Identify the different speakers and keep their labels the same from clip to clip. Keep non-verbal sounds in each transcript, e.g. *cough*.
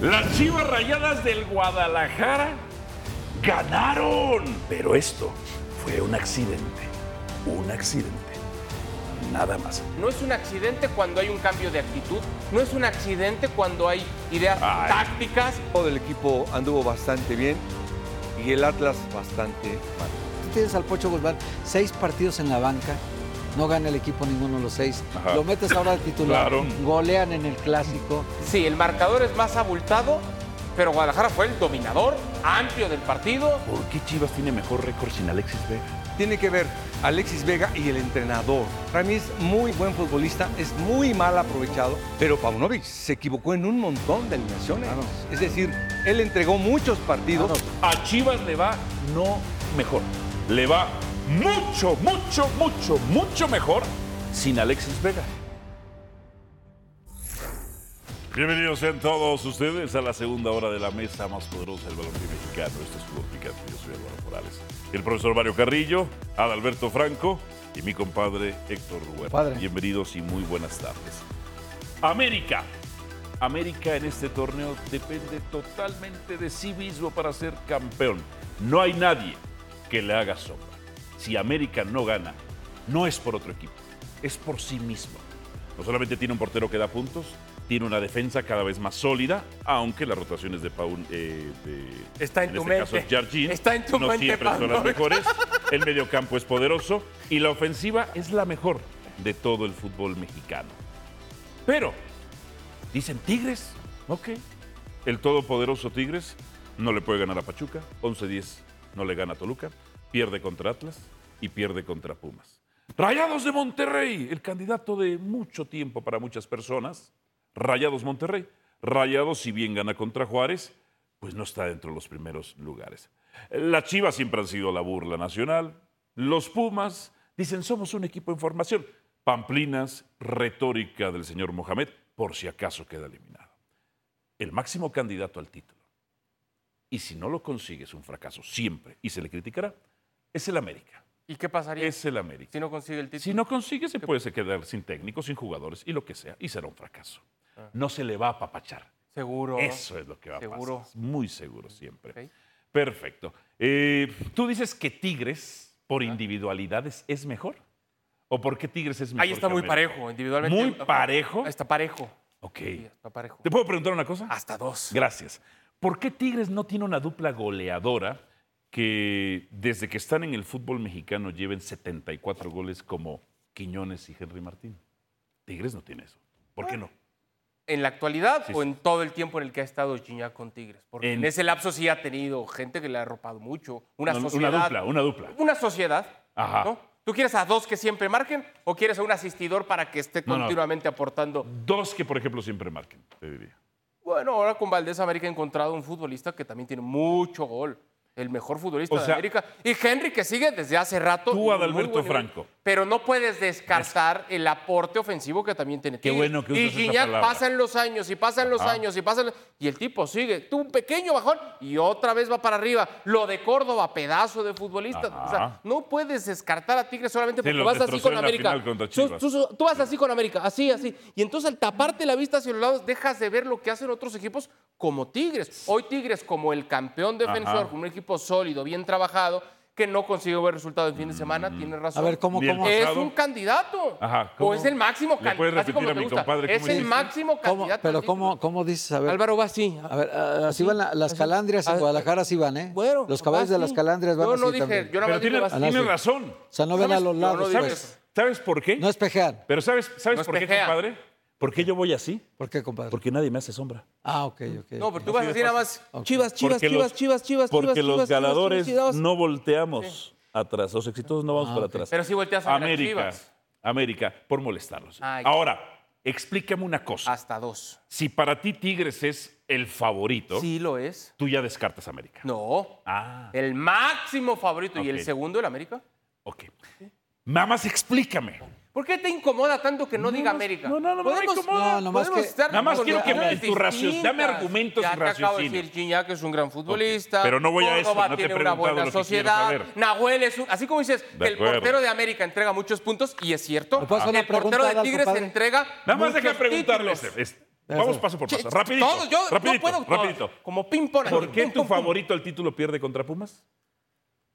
Speaker 1: Las Chivas Rayadas del Guadalajara ganaron. Pero esto fue un accidente. Un accidente. Nada más.
Speaker 2: No es un accidente cuando hay un cambio de actitud, no es un accidente cuando hay ideas
Speaker 1: Ay.
Speaker 2: tácticas.
Speaker 3: Todo el equipo anduvo bastante bien y el Atlas bastante mal.
Speaker 4: Tú tienes al Pocho Guzmán seis partidos en la banca, no gana el equipo ninguno de los seis.
Speaker 1: Ajá.
Speaker 4: Lo metes ahora de titular,
Speaker 1: Claro.
Speaker 4: golean en el clásico.
Speaker 2: Sí, el marcador es más abultado, pero Guadalajara fue el dominador amplio del partido.
Speaker 1: ¿Por qué Chivas tiene mejor récord sin Alexis Vega?
Speaker 3: Tiene que ver Alexis Vega y el entrenador. Para mí es muy buen futbolista, es muy mal aprovechado, pero Paunovic se equivocó en un montón de alineaciones. Es decir, él entregó muchos partidos.
Speaker 1: A Chivas le va no mejor. Le va mucho, mucho, mucho, mucho mejor sin Alexis Vega. Bienvenidos sean todos ustedes a la segunda hora de la mesa más poderosa del balompié mexicano. Este es Fútbol Picante. Yo soy Álvaro Morales. El profesor Mario Carrillo, Adalberto Franco y mi compadre Héctor Rubén.
Speaker 4: Padre.
Speaker 1: Bienvenidos y muy buenas tardes. América. América en este torneo depende totalmente de sí mismo para ser campeón. No hay nadie que le haga sombra. Si América no gana, no es por otro equipo, es por sí mismo. No solamente tiene un portero que da puntos, tiene una defensa cada vez más sólida, aunque las rotaciones de Paul. eh, de-
Speaker 2: Está en tu
Speaker 1: este
Speaker 2: mente.
Speaker 1: caso, Jargin,
Speaker 2: Está en tu
Speaker 1: no
Speaker 2: mente,
Speaker 1: siempre son las
Speaker 2: Pablo. *laughs*
Speaker 1: mejores. El mediocampo es poderoso y la ofensiva es la mejor de todo el fútbol mexicano. Pero, dicen Tigres, ok. El todopoderoso Tigres no le puede ganar a Pachuca, 11-10 no le gana a Toluca, pierde contra Atlas y pierde contra Pumas. Rayados de Monterrey, el candidato de mucho tiempo para muchas personas. Rayados Monterrey. Rayados, si bien gana contra Juárez, pues no está dentro de los primeros lugares. Las Chivas siempre han sido la burla nacional. Los Pumas dicen somos un equipo en formación. Pamplinas, retórica del señor Mohamed, por si acaso queda eliminado. El máximo candidato al título. Y si no lo consigue es un fracaso, siempre, y se le criticará, es el América.
Speaker 2: ¿Y qué pasaría
Speaker 1: Es el América.
Speaker 2: si no consigue el título?
Speaker 1: Si no consigue, se puede quedar sin técnicos, sin jugadores y lo que sea, y será un fracaso.
Speaker 2: Ah.
Speaker 1: No se le va a apapachar.
Speaker 2: Seguro.
Speaker 1: Eso es lo que va a
Speaker 2: Seguro.
Speaker 1: pasar. Muy seguro siempre.
Speaker 2: Ok.
Speaker 1: Perfecto. Eh, ¿Tú dices que Tigres, por individualidades, es mejor? ¿O por qué Tigres es mejor?
Speaker 2: Ahí está
Speaker 1: que
Speaker 2: muy
Speaker 1: América?
Speaker 2: parejo, individualmente.
Speaker 1: ¿Muy parejo?
Speaker 2: Está parejo.
Speaker 1: Ok.
Speaker 2: Sí, Ah, está parejo.
Speaker 1: ¿Te puedo preguntar una cosa?
Speaker 2: Hasta dos.
Speaker 1: Gracias. ¿Por qué Tigres no tiene una dupla goleadora que desde que están en el fútbol mexicano lleven 74 goles como Quiñones y Henry Martín? Tigres no tiene eso. ¿Por qué no?
Speaker 2: ¿En la actualidad
Speaker 1: Sí,
Speaker 2: o
Speaker 1: sí.
Speaker 2: en todo el tiempo en el que ha estado Gignac con Tigres? Porque en,
Speaker 1: En-
Speaker 2: ese lapso sí ha tenido gente que le ha arropado mucho. Una
Speaker 1: No, no,
Speaker 2: sociedad.
Speaker 1: dupla, una dupla.
Speaker 2: Una sociedad.
Speaker 1: Ajá.
Speaker 2: ¿no? ¿Tú quieres a dos que siempre marquen o quieres a un asistidor para que esté
Speaker 1: No, no.
Speaker 2: continuamente aportando?
Speaker 1: Dos que, por ejemplo, siempre marquen, te diría.
Speaker 2: Bueno, ahora con Valdés América ha encontrado un futbolista que también tiene mucho gol. El mejor futbolista
Speaker 1: O
Speaker 2: de
Speaker 1: sea,
Speaker 2: América. Y Henry que sigue desde hace rato.
Speaker 1: tú,
Speaker 2: y muy
Speaker 1: Adalberto
Speaker 2: buen nivel.
Speaker 1: Franco.
Speaker 2: Pero no puedes descartar el aporte ofensivo que también tiene
Speaker 1: Qué
Speaker 2: Tigres.
Speaker 1: bueno que
Speaker 2: Y
Speaker 1: usas esa
Speaker 2: Gignac
Speaker 1: palabra.
Speaker 2: pasan los años y pasan los
Speaker 1: Ajá.
Speaker 2: años y pasan... los- Y el tipo sigue. Tú un pequeño bajón y otra vez va para arriba. Lo de Córdoba, pedazo de futbolista.
Speaker 1: Ajá.
Speaker 2: O sea, no puedes descartar a Tigres solamente
Speaker 1: Sí,
Speaker 2: porque
Speaker 1: los
Speaker 2: vas así
Speaker 1: destrozó
Speaker 2: con
Speaker 1: en la
Speaker 2: América.
Speaker 1: final contra
Speaker 2: Tú-
Speaker 1: Chivas.
Speaker 2: tú tú, tú vas así con América, así, así. Y entonces al taparte la vista hacia los lados, dejas de ver lo que hacen otros equipos como Tigres. Hoy Tigres como el campeón defensor,
Speaker 1: Ajá.
Speaker 2: como un equipo sólido, bien trabajado, que no consiguió buen resultado en fin de semana,
Speaker 1: Mm.
Speaker 2: tiene
Speaker 4: A
Speaker 2: razón.
Speaker 4: ver, ¿cómo,
Speaker 1: Bien.
Speaker 4: cómo,
Speaker 2: Es
Speaker 1: pasado?
Speaker 2: un candidato.
Speaker 1: Ajá, ¿cómo?
Speaker 2: O es el máximo
Speaker 1: ¿Le
Speaker 2: candidato.
Speaker 1: puedes repetir a mi compadre
Speaker 2: Es
Speaker 1: cómo
Speaker 2: el
Speaker 1: hiciste?
Speaker 2: máximo
Speaker 4: cómo-
Speaker 2: candidato.
Speaker 4: pero
Speaker 2: al título.
Speaker 4: cómo, Ah, cómo dices? A ver,
Speaker 2: Álvaro va así.
Speaker 4: a ver, a- así van la- las calandrias en
Speaker 2: Ah,
Speaker 4: Guadalajara, así van, ¿eh?
Speaker 2: Bueno,
Speaker 4: Los caballos de
Speaker 2: va
Speaker 4: las
Speaker 2: así.
Speaker 4: calandrias van
Speaker 2: Yo
Speaker 4: así
Speaker 2: no dije,
Speaker 4: también.
Speaker 2: yo nada
Speaker 1: Pero
Speaker 2: más dije,
Speaker 1: tiene,
Speaker 2: va así.
Speaker 1: tiene
Speaker 4: Alá, sí.
Speaker 1: razón.
Speaker 4: O sea, no ven
Speaker 2: ¿Sabes?
Speaker 4: a los
Speaker 2: Yo
Speaker 4: lados.
Speaker 2: no dije
Speaker 4: pues.
Speaker 2: eso.
Speaker 1: ¿Sabes, ¿Sabes por qué?
Speaker 4: No espejean.
Speaker 1: Pero ¿sabes, sabes
Speaker 2: No es
Speaker 1: por qué,
Speaker 2: pejea.
Speaker 1: compadre? ¿Por qué yo voy así?
Speaker 4: ¿Por qué, compadre?
Speaker 1: Porque nadie me hace sombra.
Speaker 4: Ah, ok, ok.
Speaker 2: No, pero tú vas así nada más.
Speaker 5: Chivas, chivas,
Speaker 1: Porque
Speaker 5: chivas,
Speaker 1: los-
Speaker 5: chivas, chivas,
Speaker 1: Porque
Speaker 5: chivas,
Speaker 1: los
Speaker 5: chivas, chivas,
Speaker 1: ganadores
Speaker 5: chivas, chivas.
Speaker 1: no volteamos atrás. Los exitosos no vamos para atrás.
Speaker 2: Pero sí volteas a ver a
Speaker 1: América,
Speaker 2: Chivas.
Speaker 1: América, por molestarlos.
Speaker 2: Ay.
Speaker 1: Ahora, explícame una cosa.
Speaker 2: Hasta dos.
Speaker 1: Si para ti Tigres es el favorito,
Speaker 2: Sí lo es.
Speaker 1: tú ya descartas América.
Speaker 2: No.
Speaker 1: Ah,
Speaker 2: El máximo favorito y
Speaker 1: Ok.
Speaker 2: el segundo, el América.
Speaker 1: ok. Nada más explícame.
Speaker 2: ¿Por qué te incomoda tanto que no, diga
Speaker 1: no,
Speaker 2: América?
Speaker 1: no, no, no me
Speaker 2: Podemos-
Speaker 1: incomoda.
Speaker 4: No, nomás
Speaker 2: podemos
Speaker 4: que-
Speaker 2: estar
Speaker 1: Nada más
Speaker 2: con
Speaker 1: quiero que me-
Speaker 2: opiniones
Speaker 1: tu racio-
Speaker 2: distintas.
Speaker 1: dame argumentos y
Speaker 2: ya te acabo de
Speaker 1: raciocinio.
Speaker 2: decir, Gignac es un gran futbolista.
Speaker 1: Ok, pero no voy a
Speaker 2: Córdoba
Speaker 1: eso, no te he
Speaker 2: tiene una
Speaker 1: preguntado
Speaker 2: buena
Speaker 1: lo que quiero
Speaker 2: sociedad.
Speaker 1: saber.
Speaker 2: Nahuel es un... Así como dices,
Speaker 1: De
Speaker 2: el
Speaker 1: acuerdo.
Speaker 2: portero de América entrega muchos puntos, y es cierto.
Speaker 4: ¿Me puedo hacer
Speaker 2: El
Speaker 4: una pregunta,
Speaker 2: portero de
Speaker 4: Adal,
Speaker 2: Tigres
Speaker 4: compadre?
Speaker 2: entrega
Speaker 1: Nada más
Speaker 2: muchos
Speaker 1: deja preguntarle.
Speaker 2: títulos.
Speaker 1: Es- Vamos paso por paso.
Speaker 2: Che,
Speaker 1: Rapidito.
Speaker 2: todos, yo no
Speaker 1: rapidito,
Speaker 2: puedo-
Speaker 1: rapidito.
Speaker 2: Como ping-pong.
Speaker 1: ¿Por
Speaker 2: Pum,
Speaker 1: qué
Speaker 2: pum,
Speaker 1: tu
Speaker 2: pum.
Speaker 1: favorito al título pierde contra Pumas?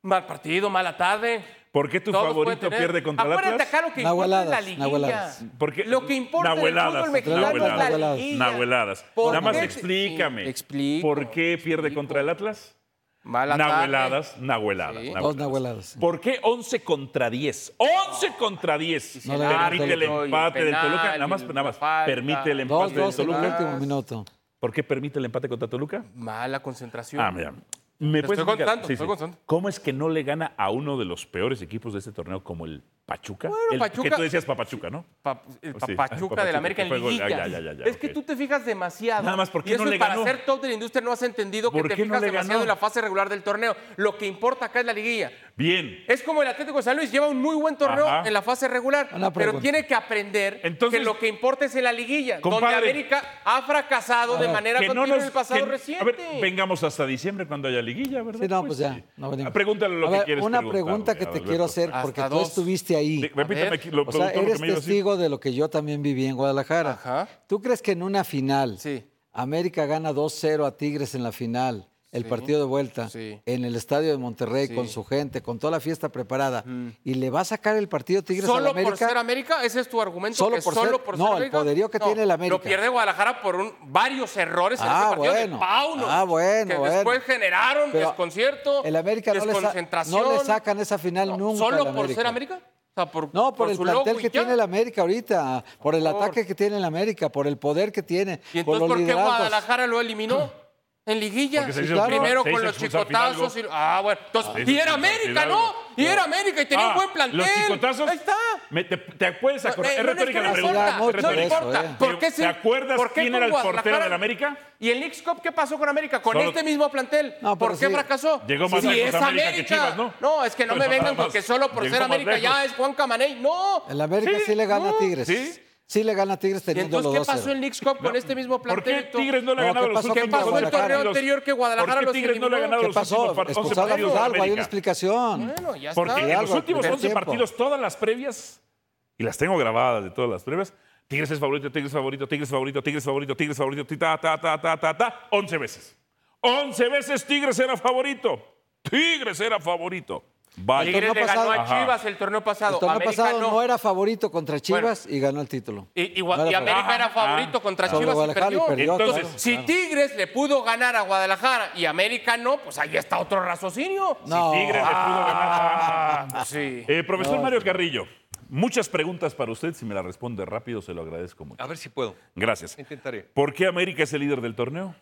Speaker 2: Mal partido, mala tarde.
Speaker 1: ¿Por qué tu
Speaker 2: Todos pueden
Speaker 1: favorito
Speaker 2: tener-
Speaker 1: pierde contra el
Speaker 2: Acuérdate
Speaker 1: Atlas?
Speaker 2: acá lo que importa es la
Speaker 4: Nahueladas,
Speaker 2: liguilla.
Speaker 4: nahueladas.
Speaker 1: Porque
Speaker 2: Lo que importa en el
Speaker 1: Nahueladas,
Speaker 2: fútbol mexicano es la
Speaker 4: nahueladas,
Speaker 2: liguilla.
Speaker 1: Nahueladas.
Speaker 2: ¿Por
Speaker 1: Nada más
Speaker 2: qué?
Speaker 1: explícame.
Speaker 2: Sí, explico,
Speaker 1: ¿Por qué pierde
Speaker 2: explico.
Speaker 1: contra el Atlas?
Speaker 2: Mala tarde.
Speaker 1: Nahueladas, nahueladas,
Speaker 2: Sí.
Speaker 4: Dos nahueladas, sí.
Speaker 1: ¿Por qué 11 contra 10? 11 contra 10.
Speaker 4: No le ganó
Speaker 1: permite el
Speaker 2: Toluca.
Speaker 1: empate del
Speaker 2: Penal,
Speaker 1: Toluca. Nada más,
Speaker 2: y
Speaker 1: nada más.
Speaker 2: falta.
Speaker 1: Permite el empate
Speaker 4: Dos,
Speaker 1: del
Speaker 4: dos en el
Speaker 1: Toluca.
Speaker 4: último minuto.
Speaker 1: ¿Por qué permite el empate contra Toluca?
Speaker 2: Mala concentración.
Speaker 1: Ah, mira. ¿Me
Speaker 2: Te
Speaker 1: puedes
Speaker 2: estoy
Speaker 1: explicar?
Speaker 2: contando, estoy contando.
Speaker 1: ¿Cómo es que no le gana a uno de los peores equipos de este torneo como el Pachuca?
Speaker 2: Bueno,
Speaker 1: El Que
Speaker 2: Pachuca-
Speaker 1: tú decías Papachuca, ¿no?
Speaker 2: Pa- el
Speaker 1: Oh, sí.
Speaker 2: Papachuca del
Speaker 1: Papachuca,
Speaker 2: América en
Speaker 1: fue gol.
Speaker 2: liguilla.
Speaker 1: Ya, ya, ya, ya,
Speaker 2: es
Speaker 1: ok.
Speaker 2: que tú te fijas demasiado.
Speaker 1: Nada más, ¿por qué
Speaker 2: y eso
Speaker 1: no le
Speaker 2: es para
Speaker 1: ganó?
Speaker 2: ser top de la industria no has entendido que
Speaker 1: ¿Por
Speaker 2: te
Speaker 1: qué no
Speaker 2: fijas
Speaker 1: le
Speaker 2: demasiado
Speaker 1: ganó?
Speaker 2: en la fase regular del torneo. Lo que importa acá es la liguilla.
Speaker 1: Bien.
Speaker 2: Es como el Atlético de San Luis, lleva un muy buen torneo
Speaker 1: Ajá.
Speaker 2: en la fase regular,
Speaker 4: Una
Speaker 2: pero
Speaker 4: pregunta.
Speaker 2: tiene que aprender
Speaker 1: Entonces-
Speaker 2: que lo que importa es en la liguilla,
Speaker 1: Compadre.
Speaker 2: donde América ha fracasado de manera
Speaker 1: Que no
Speaker 2: continua
Speaker 1: nos-
Speaker 2: en el pasado
Speaker 1: que-
Speaker 2: reciente.
Speaker 1: A ver, vengamos hasta diciembre cuando haya liguilla, ¿verdad?
Speaker 4: Sí, no, pues ya.
Speaker 1: sí.
Speaker 4: no venimos.
Speaker 1: Pregúntale lo
Speaker 4: A
Speaker 1: que
Speaker 4: ver,
Speaker 1: quieres
Speaker 4: Una
Speaker 1: preguntarle,
Speaker 4: pregunta que te
Speaker 1: Adalberto.
Speaker 4: quiero hacer,
Speaker 2: Hasta
Speaker 4: porque tú
Speaker 2: dos.
Speaker 4: estuviste ahí.
Speaker 1: Sí, Repíteme
Speaker 2: A ver.
Speaker 1: aquí, lo,
Speaker 4: O sea,
Speaker 1: pregunto lo
Speaker 4: eres
Speaker 1: que me ibas a decir.
Speaker 4: testigo de lo que yo también viví en Guadalajara.
Speaker 2: Ajá.
Speaker 4: ¿Tú crees que en una final
Speaker 2: Sí.
Speaker 4: América gana 2-0 a Tigres en la final, el partido de vuelta,
Speaker 2: Sí.
Speaker 4: en el estadio de Monterrey, con su gente, con toda la fiesta preparada, y le va a sacar el partido Tigres a
Speaker 2: ¿Solo por
Speaker 4: América?
Speaker 2: ser América? ¿Ese es tu argumento?
Speaker 4: Solo
Speaker 2: que
Speaker 4: por
Speaker 2: solo
Speaker 4: ser-
Speaker 2: por
Speaker 4: no,
Speaker 2: ser
Speaker 4: el
Speaker 2: América?
Speaker 4: poderío que
Speaker 2: No,
Speaker 4: tiene el América.
Speaker 2: Lo pierde Guadalajara por un- varios errores en
Speaker 4: Ah,
Speaker 2: ese partido de
Speaker 4: bueno.
Speaker 2: Pauno.
Speaker 4: Ah, bueno,
Speaker 2: Que
Speaker 4: bueno.
Speaker 2: después generaron
Speaker 4: Pero
Speaker 2: desconcierto,
Speaker 4: el América no le, sa-
Speaker 2: desconcentración.
Speaker 4: no le sacan esa final
Speaker 2: No,
Speaker 4: nunca. al
Speaker 2: ¿Solo por ser América? O sea, por,
Speaker 4: No, por, el
Speaker 2: su
Speaker 4: plantel
Speaker 2: logo y
Speaker 4: que
Speaker 2: ya.
Speaker 4: tiene el América ahorita, por el
Speaker 2: Por favor.
Speaker 4: ataque que tiene el América, por el poder que tiene.
Speaker 2: ¿Y entonces
Speaker 4: por, los
Speaker 2: por qué
Speaker 4: liderazgos.
Speaker 2: Guadalajara lo eliminó? En liguilla,
Speaker 1: Porque se
Speaker 4: Sí,
Speaker 1: hizo
Speaker 4: claro.
Speaker 1: expulsar-
Speaker 2: primero
Speaker 1: se
Speaker 2: con
Speaker 1: hizo
Speaker 2: los
Speaker 1: expulsar Fidalgo.
Speaker 2: chicotazos. Y, ah, bueno. Entonces,
Speaker 1: Se hizo
Speaker 2: y era
Speaker 1: expulsar
Speaker 2: América, ¿no?
Speaker 1: Fidalgo.
Speaker 2: Y era América y tenía un
Speaker 1: Ah,
Speaker 2: buen plantel.
Speaker 1: Los chicotazos.
Speaker 2: Ahí está.
Speaker 1: Me- te, te puedes acordar?
Speaker 2: Eh,
Speaker 1: es
Speaker 2: no, no,
Speaker 1: retórica
Speaker 2: no
Speaker 1: la
Speaker 4: importa,
Speaker 1: pregunta.
Speaker 4: no,
Speaker 1: es retórica.
Speaker 4: no importa.
Speaker 1: Pero,
Speaker 2: ¿Por qué
Speaker 1: ¿Te
Speaker 2: sí?
Speaker 1: acuerdas
Speaker 2: ¿Por qué
Speaker 1: quién
Speaker 2: con
Speaker 1: era el portero
Speaker 2: Guadalajara?
Speaker 1: del América?
Speaker 2: ¿Y el Leagues Cup qué pasó con América? Con
Speaker 1: Solo-
Speaker 2: este mismo plantel.
Speaker 4: No, pero
Speaker 2: ¿Por qué
Speaker 4: sí.
Speaker 2: fracasó?
Speaker 1: Llegó más
Speaker 2: Si
Speaker 1: lejos
Speaker 2: es
Speaker 1: América que Chivas, ¿no?
Speaker 2: es que no
Speaker 1: Pues
Speaker 2: me vengan
Speaker 1: nada
Speaker 2: con que
Speaker 1: más.
Speaker 2: solo por
Speaker 1: Llegó
Speaker 2: ser
Speaker 1: más
Speaker 2: América ya
Speaker 1: lejos.
Speaker 2: es Juan Camaney. ¡No!
Speaker 4: El América sí, le gana
Speaker 2: no.
Speaker 4: a Tigres.
Speaker 1: sí.
Speaker 4: Sí. le gana a Tigres
Speaker 2: ¿Y
Speaker 4: teniendo
Speaker 2: entonces
Speaker 4: los
Speaker 2: qué
Speaker 4: dos.
Speaker 2: pasó en Leagues Cup con este mismo
Speaker 1: ¿Por
Speaker 2: plantel?
Speaker 1: qué Tigres no le ha
Speaker 4: No,
Speaker 1: ganado
Speaker 4: ¿qué
Speaker 1: a los
Speaker 4: pasó
Speaker 1: últimos
Speaker 4: con
Speaker 1: partidos?
Speaker 4: el torneo
Speaker 2: anterior que Guadalajara
Speaker 1: ¿Por qué Tigres
Speaker 2: los
Speaker 1: no le ha ganado a
Speaker 4: ¿Qué
Speaker 1: los últimos
Speaker 4: pasó?
Speaker 1: par- 11
Speaker 4: Expulsaron a
Speaker 1: partidos de
Speaker 4: Fidalgo, hay una
Speaker 1: América?
Speaker 4: explicación.
Speaker 2: Bueno, ya está.
Speaker 1: Porque en los
Speaker 4: Fidalgo,
Speaker 1: últimos
Speaker 4: primer
Speaker 1: 11
Speaker 4: tiempo.
Speaker 1: partidos, todas las previas, y las tengo grabadas de todas las previas, Tigres es favorito, Tigres favorito, Tigres favorito, Tigres favorito, Tigres favorito, ti, ta, ta, ta, ta, ta, ta, 11 veces. 11 veces Tigres era favorito. Tigres era favorito. Vaya.
Speaker 2: Tigres le
Speaker 4: torneo
Speaker 2: ganó a
Speaker 1: pasado. Ajá.
Speaker 2: Chivas el torneo pasado.
Speaker 4: El torneo
Speaker 2: América
Speaker 4: pasado no.
Speaker 2: no.
Speaker 4: era favorito contra Chivas y ganó el título.
Speaker 2: Y, y
Speaker 4: No
Speaker 2: Gua-
Speaker 4: era
Speaker 2: y América
Speaker 1: favorito.
Speaker 2: era
Speaker 1: Ajá,
Speaker 2: favorito
Speaker 1: ajá.
Speaker 2: contra
Speaker 4: Sobre
Speaker 2: Chivas y
Speaker 4: Guadalajara y
Speaker 2: perdió.
Speaker 4: perdió,
Speaker 2: Entonces,
Speaker 1: claro,
Speaker 2: si Tigres le pudo ganar a Guadalajara y América no, pues ahí está otro raciocinio.
Speaker 4: No.
Speaker 1: Tigres le pudo ganar.
Speaker 2: Sí.
Speaker 1: Eh, profesor Mario Carrillo, muchas preguntas para usted. Si me las responde rápido, se lo agradezco mucho.
Speaker 3: A ver si puedo.
Speaker 1: Gracias.
Speaker 3: Intentaré.
Speaker 1: ¿Por qué América es el líder del torneo?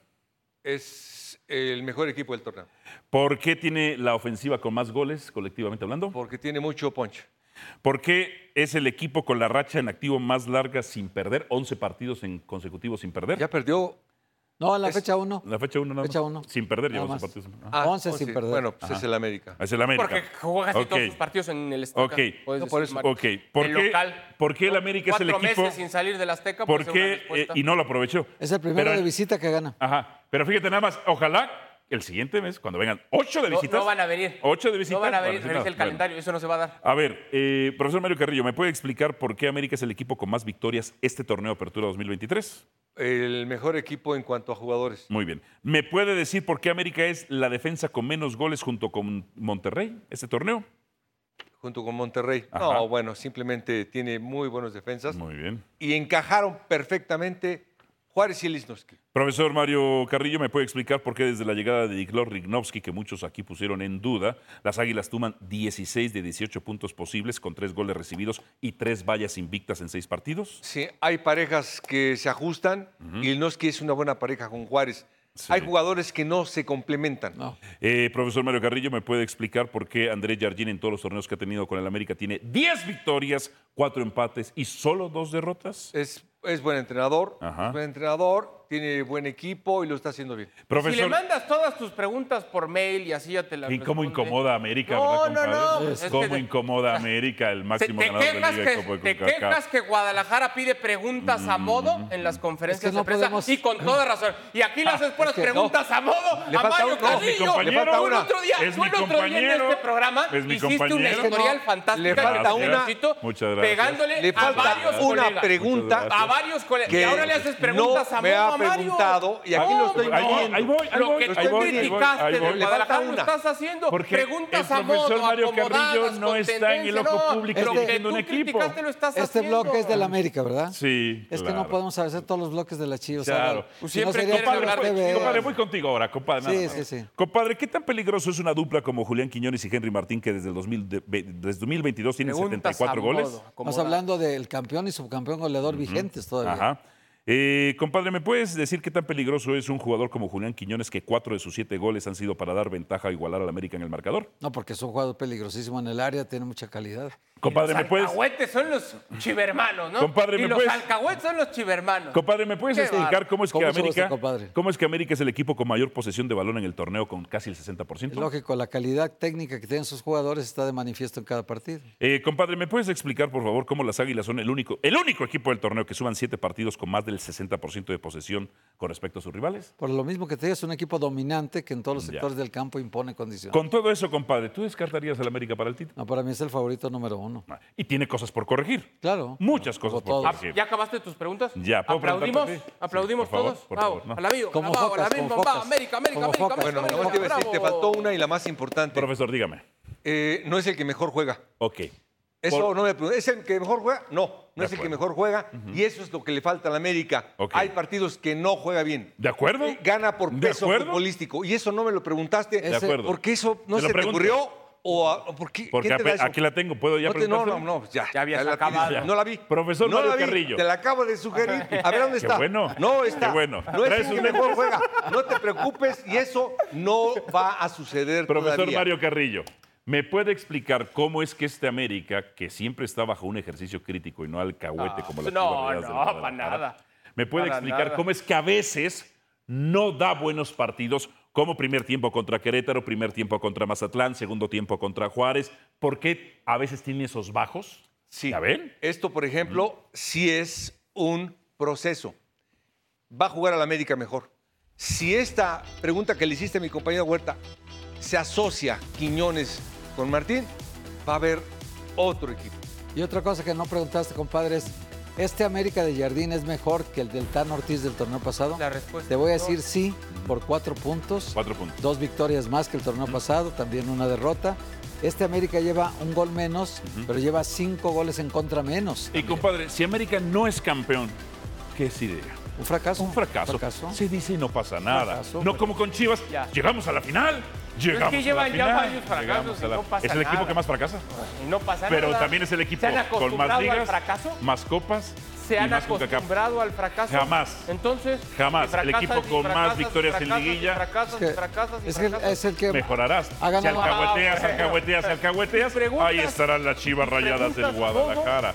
Speaker 3: Es el mejor equipo del torneo
Speaker 1: ¿Por qué tiene la ofensiva con más goles, colectivamente hablando?
Speaker 3: porque tiene mucho punch.
Speaker 1: ¿Por qué es el equipo con la racha en activo más larga sin perder? 11 partidos en consecutivos sin perder.
Speaker 3: Ya perdió
Speaker 4: No, en la
Speaker 3: Es-
Speaker 4: fecha 1.
Speaker 1: La fecha 1
Speaker 4: Fecha uno.
Speaker 1: Sin perder,
Speaker 4: Nada
Speaker 1: lleva 11
Speaker 4: más.
Speaker 1: partidos. Ah,
Speaker 3: a
Speaker 4: 11 sin perder.
Speaker 3: Bueno, pues es el América.
Speaker 1: Es el América.
Speaker 2: Porque juegas y todos
Speaker 1: Ok.
Speaker 2: sus partidos en el Azteca.
Speaker 1: Ok.
Speaker 2: puedes
Speaker 3: No, por
Speaker 2: decir,
Speaker 3: eso.
Speaker 2: Mario.
Speaker 1: Ok. ¿Por
Speaker 2: El
Speaker 1: qué-
Speaker 2: local.
Speaker 1: por qué el
Speaker 2: ¿no?
Speaker 1: América es el
Speaker 2: Cuatro
Speaker 1: equipo-
Speaker 2: meses sin salir del Azteca.
Speaker 1: ¿Por
Speaker 2: puede ser pues, una
Speaker 1: qué? eh,
Speaker 2: respuesta.
Speaker 1: y no lo aprovechó.
Speaker 4: Es el primero
Speaker 1: Pero-
Speaker 4: de visita que gana.
Speaker 1: Ajá. Pero fíjate nada más, ojalá el siguiente mes, cuando vengan 8 de
Speaker 2: No-
Speaker 1: visitas.
Speaker 2: no van a venir.
Speaker 1: 8 de visitas.
Speaker 2: No van a venir.
Speaker 1: visitar.
Speaker 2: Revisa el
Speaker 1: Bueno.
Speaker 2: calendario. Eso no se va a dar.
Speaker 1: A ver, eh, profesor Mario Carrillo, ¿me puede explicar por qué América es el equipo con más victorias este torneo Apertura 2023?
Speaker 3: El mejor equipo en cuanto a jugadores.
Speaker 1: Muy bien. ¿Me puede decir por qué América es la defensa con menos goles junto con Monterrey este torneo?
Speaker 3: junto con Monterrey.
Speaker 1: Ajá.
Speaker 3: No, bueno, simplemente tiene muy buenos defensas
Speaker 1: Muy bien.
Speaker 3: y encajaron perfectamente Juárez y Lisnowski.
Speaker 1: Profesor Mario Carrillo, ¿me puede explicar por qué desde la llegada de Diklor Rignovsky, que muchos aquí pusieron en duda, las Águilas toman 16 de 18 puntos posibles con tres goles recibidos y tres vallas invictas en seis partidos?
Speaker 3: Sí, hay parejas que se ajustan y Lisnowski es una buena pareja con Juárez.
Speaker 1: Sí.
Speaker 3: Hay jugadores que no se complementan.
Speaker 1: Eh, profesor Mario Carrillo, ¿me puede explicar por qué Andrés Jardín en todos los torneos que ha tenido con el América tiene 10 victorias, 4 empates y solo dos derrotas?
Speaker 3: Es, es buen entrenador,
Speaker 1: Ajá.
Speaker 3: es buen entrenador tiene buen equipo y lo está haciendo bien.
Speaker 1: Profesor,
Speaker 2: Si le mandas todas tus preguntas por mail y así ya te las
Speaker 1: ¿y cómo
Speaker 2: responde.
Speaker 1: incomoda a América,
Speaker 2: Pues, No,
Speaker 1: verdad,
Speaker 2: no, no,
Speaker 1: compadre?
Speaker 2: pues es
Speaker 1: ¿Cómo
Speaker 2: que-
Speaker 1: incomoda a América el
Speaker 2: Se-
Speaker 1: máximo
Speaker 2: te
Speaker 1: ganador pues, de la
Speaker 2: quejas,
Speaker 1: Liga de
Speaker 2: que,
Speaker 1: Copa de
Speaker 2: te
Speaker 1: CONCACAF?
Speaker 2: quejas que Guadalajara pide preguntas
Speaker 1: Mm.
Speaker 2: a modo en las conferencias
Speaker 4: Es que no
Speaker 2: de prensa
Speaker 4: podemos-
Speaker 2: y con toda razón. Y aquí le haces puras
Speaker 3: Ah, que no.
Speaker 2: preguntas a modo
Speaker 3: Le
Speaker 2: a
Speaker 3: falta
Speaker 2: Mario
Speaker 3: uno. No, mi
Speaker 2: Carrillo.
Speaker 1: compañero.
Speaker 2: Tú el
Speaker 3: Una.
Speaker 2: otro día,
Speaker 1: Es
Speaker 2: tú
Speaker 1: mi
Speaker 2: el otro día en
Speaker 1: compañero.
Speaker 2: este programa
Speaker 1: Es mi
Speaker 2: hiciste una
Speaker 1: compañero.
Speaker 2: editorial
Speaker 3: No,
Speaker 2: fantástica.
Speaker 3: le
Speaker 2: que
Speaker 3: falta
Speaker 2: te
Speaker 1: una-
Speaker 2: felicito,
Speaker 1: Muchas gracias.
Speaker 2: Pegándole
Speaker 3: Le
Speaker 2: Eh, a
Speaker 3: falta
Speaker 2: varios
Speaker 3: una
Speaker 2: colegas.
Speaker 3: pregunta.
Speaker 2: A varios colegas.
Speaker 3: que
Speaker 2: Y ahora le haces preguntas
Speaker 3: no
Speaker 2: a
Speaker 3: me
Speaker 2: modo a
Speaker 3: ha
Speaker 2: Mario.
Speaker 3: preguntado, y aquí
Speaker 2: No,
Speaker 3: lo estoy
Speaker 2: no,
Speaker 1: Ahí voy, ahí voy, ahí
Speaker 2: lo
Speaker 1: voy,
Speaker 2: que
Speaker 1: ahí
Speaker 2: tú
Speaker 1: voy, ahí voy,
Speaker 2: criticaste
Speaker 1: ahí voy.
Speaker 2: del
Speaker 3: Le falta
Speaker 2: Guadalajara lo
Speaker 3: una.
Speaker 2: estás haciendo.
Speaker 1: Porque
Speaker 2: Preguntas
Speaker 1: el
Speaker 2: a modo,
Speaker 1: profesor Mario
Speaker 2: acomodadas,
Speaker 1: Carrillo no
Speaker 2: con
Speaker 1: está en el
Speaker 2: tendencia,
Speaker 1: ojo
Speaker 2: no.
Speaker 1: público
Speaker 2: Lo que
Speaker 1: dirigiendo
Speaker 2: tú
Speaker 1: un equipo.
Speaker 2: criticaste lo estás
Speaker 4: Este
Speaker 2: haciendo.
Speaker 4: bloque es del América, ¿verdad?
Speaker 1: Sí,
Speaker 4: Es que
Speaker 1: claro.
Speaker 4: no podemos hacer todos los bloques de las Chivas.
Speaker 1: Claro.
Speaker 4: ahora.
Speaker 2: Pues
Speaker 4: Si no
Speaker 2: siempre
Speaker 4: sería eh,
Speaker 2: quieren
Speaker 4: para
Speaker 2: hablar de
Speaker 4: que veas.
Speaker 1: Compadre, voy contigo ahora, compadre. nada
Speaker 4: Sí,
Speaker 1: más.
Speaker 4: sí, sí.
Speaker 1: Compadre, ¿qué tan peligroso es una dupla como Julián Quiñones y Henry Martín, que desde el 2000 de- ve- desde 2022 tienen
Speaker 2: Preguntas a
Speaker 1: 74 goles?
Speaker 2: modo,
Speaker 4: Estamos
Speaker 2: acomodadas.
Speaker 4: hablando del campeón y subcampeón goleador vigentes todavía.
Speaker 1: Ajá. Eh, compadre, ¿me puedes decir qué tan peligroso es un jugador como Julián Quiñones, que cuatro de sus siete goles han sido para dar ventaja o igualar al América en el marcador?
Speaker 4: No, porque es un jugador peligrosísimo en el área, tiene mucha calidad.
Speaker 1: Compadre,
Speaker 2: Los
Speaker 1: ¿me puedes,
Speaker 2: alcahuetes son los chivermanos, ¿no?
Speaker 1: Compadre,
Speaker 2: y
Speaker 1: ¿me
Speaker 2: los
Speaker 1: puedes-
Speaker 2: alcahuetes son los chivermanos.
Speaker 1: compadre, ¿me puedes
Speaker 2: Qué
Speaker 1: explicar
Speaker 2: bárbaro.
Speaker 1: cómo es, que
Speaker 4: ¿Cómo se
Speaker 1: América,
Speaker 4: goza, compadre?
Speaker 1: cómo es que América es el equipo con mayor posesión de balón en el torneo, con casi el 60%?
Speaker 4: Es lógico, la calidad técnica que tienen sus jugadores está de manifiesto en cada partido.
Speaker 1: Eh, compadre, ¿me puedes explicar, por favor, cómo las Águilas son el único, el único equipo del torneo que suman siete partidos con más del 60% de posesión con respecto a sus rivales?
Speaker 4: Por lo mismo que te digo, es un equipo dominante que en todos los
Speaker 1: Ya.
Speaker 4: sectores del campo impone condiciones.
Speaker 1: Con todo eso, compadre, ¿tú descartarías al América para el título?
Speaker 4: No, para mí es el favorito número uno.
Speaker 1: No. Y tiene cosas por corregir.
Speaker 4: Claro.
Speaker 1: Muchas
Speaker 4: Como
Speaker 1: cosas por
Speaker 4: todos.
Speaker 1: corregir.
Speaker 2: Ah, ¿Ya acabaste tus preguntas?
Speaker 1: Ya, ¿puedo
Speaker 2: ¿Aplaudimos?
Speaker 1: preguntar por ti?
Speaker 2: ¿Aplaudimos
Speaker 1: Sí, por favor,
Speaker 2: todos?
Speaker 1: por
Speaker 2: Bravo,
Speaker 1: favor, ¿no?
Speaker 2: al avión,
Speaker 4: Como
Speaker 2: bravo,
Speaker 4: focas,
Speaker 2: al avión,
Speaker 4: como
Speaker 2: va,
Speaker 4: focas.
Speaker 2: América, América,
Speaker 4: Como
Speaker 2: América,
Speaker 4: focas.
Speaker 2: América,
Speaker 3: Bueno,
Speaker 4: Bueno,
Speaker 2: América,
Speaker 3: te, iba a decir,
Speaker 2: bravo.
Speaker 3: te faltó una y la más importante.
Speaker 1: Profesor, dígame.
Speaker 3: Eh, no es el que mejor juega.
Speaker 1: Ok.
Speaker 3: Eso
Speaker 1: Por-
Speaker 3: no me pregunto. ¿Es el que mejor juega? No, no
Speaker 1: De
Speaker 3: es el que
Speaker 1: acuerdo.
Speaker 3: mejor juega. Y eso es lo que le falta a la América.
Speaker 1: Ok.
Speaker 3: Hay partidos que no juega bien.
Speaker 1: ¿De acuerdo?
Speaker 3: Eh, Gana por
Speaker 1: ¿De
Speaker 3: peso
Speaker 1: acuerdo?
Speaker 3: futbolístico. Y eso no me lo preguntaste.
Speaker 1: De acuerdo.
Speaker 3: Porque eso no
Speaker 1: Te lo
Speaker 3: se te
Speaker 1: pregunto.
Speaker 3: ocurrió. ¿O a- o por qué,
Speaker 1: Porque
Speaker 3: ¿qué te da
Speaker 1: ape-
Speaker 3: eso?
Speaker 1: aquí la tengo, ¿puedo ya
Speaker 3: no, te- no, no,
Speaker 1: preguntársela?
Speaker 3: no, pues ya.
Speaker 2: Ya habías
Speaker 3: la tienes.
Speaker 2: acabado.
Speaker 3: No la vi.
Speaker 1: Profesor
Speaker 3: no la
Speaker 1: Mario
Speaker 3: vi.
Speaker 1: Carrillo.
Speaker 3: Te la acabo de sugerir. A ver, ¿dónde
Speaker 1: Qué
Speaker 3: está?
Speaker 1: bueno.
Speaker 3: No está.
Speaker 1: Qué bueno.
Speaker 3: No es
Speaker 1: Traes
Speaker 3: el que
Speaker 1: un-
Speaker 3: mejor juega. No te preocupes y eso no va a suceder
Speaker 1: Profesor
Speaker 3: todavía.
Speaker 1: Mario Carrillo, ¿me puede explicar cómo es que este América, que siempre está bajo un ejercicio crítico y no alcahuete
Speaker 2: Ah,
Speaker 1: como la
Speaker 2: no, no, para nada.
Speaker 1: ¿Me puede
Speaker 2: Para
Speaker 1: explicar
Speaker 2: nada.
Speaker 1: cómo es que a veces no da buenos partidos como primer tiempo contra Querétaro, primer tiempo contra Mazatlán, segundo tiempo contra Juárez? ¿Por qué a veces tiene esos bajos?
Speaker 3: Sí.
Speaker 1: ¿Ya ven?
Speaker 3: Esto, por ejemplo, sí es un proceso. Va a jugar al América mejor. Si esta pregunta que le hiciste a mi compañera Huerta se asocia Quiñones con Martín, va a haber otro equipo.
Speaker 4: Y otra cosa que no preguntaste, compadre, es, ¿este América de Jardín es mejor que el del Tan Ortiz del torneo pasado?
Speaker 2: La respuesta
Speaker 4: Te voy a
Speaker 2: es no.
Speaker 4: decir sí por cuatro puntos.
Speaker 1: Cuatro puntos.
Speaker 4: Dos victorias más que el torneo pasado, también una derrota. Este América lleva un gol menos, pero lleva cinco goles en contra menos.
Speaker 1: Y compadre, si América no es campeón, ¿qué es idea?
Speaker 4: Un fracaso.
Speaker 1: Un fracaso. Se dice y no pasa nada.
Speaker 4: Fracaso,
Speaker 1: no
Speaker 4: pero-
Speaker 1: como con Chivas.
Speaker 2: Ya.
Speaker 1: Llegamos a la final. Llegamos a
Speaker 2: llevan
Speaker 1: la
Speaker 2: ya
Speaker 1: final.
Speaker 2: varios fracasos
Speaker 1: llegamos a
Speaker 2: y no pasa
Speaker 1: es el equipo
Speaker 2: nada.
Speaker 1: que más fracasa.
Speaker 2: Y no pasa
Speaker 1: Pero
Speaker 2: nada.
Speaker 1: también es el equipo
Speaker 2: ¿Se han
Speaker 1: con más
Speaker 2: acostumbrado al
Speaker 1: ligas,
Speaker 2: fracaso?
Speaker 1: más copas.
Speaker 2: ¿Se
Speaker 1: y
Speaker 2: han
Speaker 1: más CONCACAF.
Speaker 2: acostumbrado al fracaso?
Speaker 1: Jamás.
Speaker 2: Entonces,
Speaker 1: Jamás.
Speaker 2: y
Speaker 1: El
Speaker 2: fracasas,
Speaker 1: equipo
Speaker 2: y
Speaker 1: con más
Speaker 2: fracasas, y
Speaker 1: victorias en
Speaker 2: fracasas, y
Speaker 1: liguilla.
Speaker 4: Es
Speaker 2: Fracasas,
Speaker 4: que-
Speaker 2: y fracasas, y
Speaker 4: es, el,
Speaker 2: fracasas.
Speaker 4: es el que
Speaker 1: Mejorarás.
Speaker 4: Ha ganado-
Speaker 1: Si alcahueteas,
Speaker 2: Ah, bueno.
Speaker 1: alcahueteas, alcahueteas,
Speaker 2: Preguntas-
Speaker 1: ahí estarán las chivas rayadas del
Speaker 2: preguntas a
Speaker 1: Guadalajara.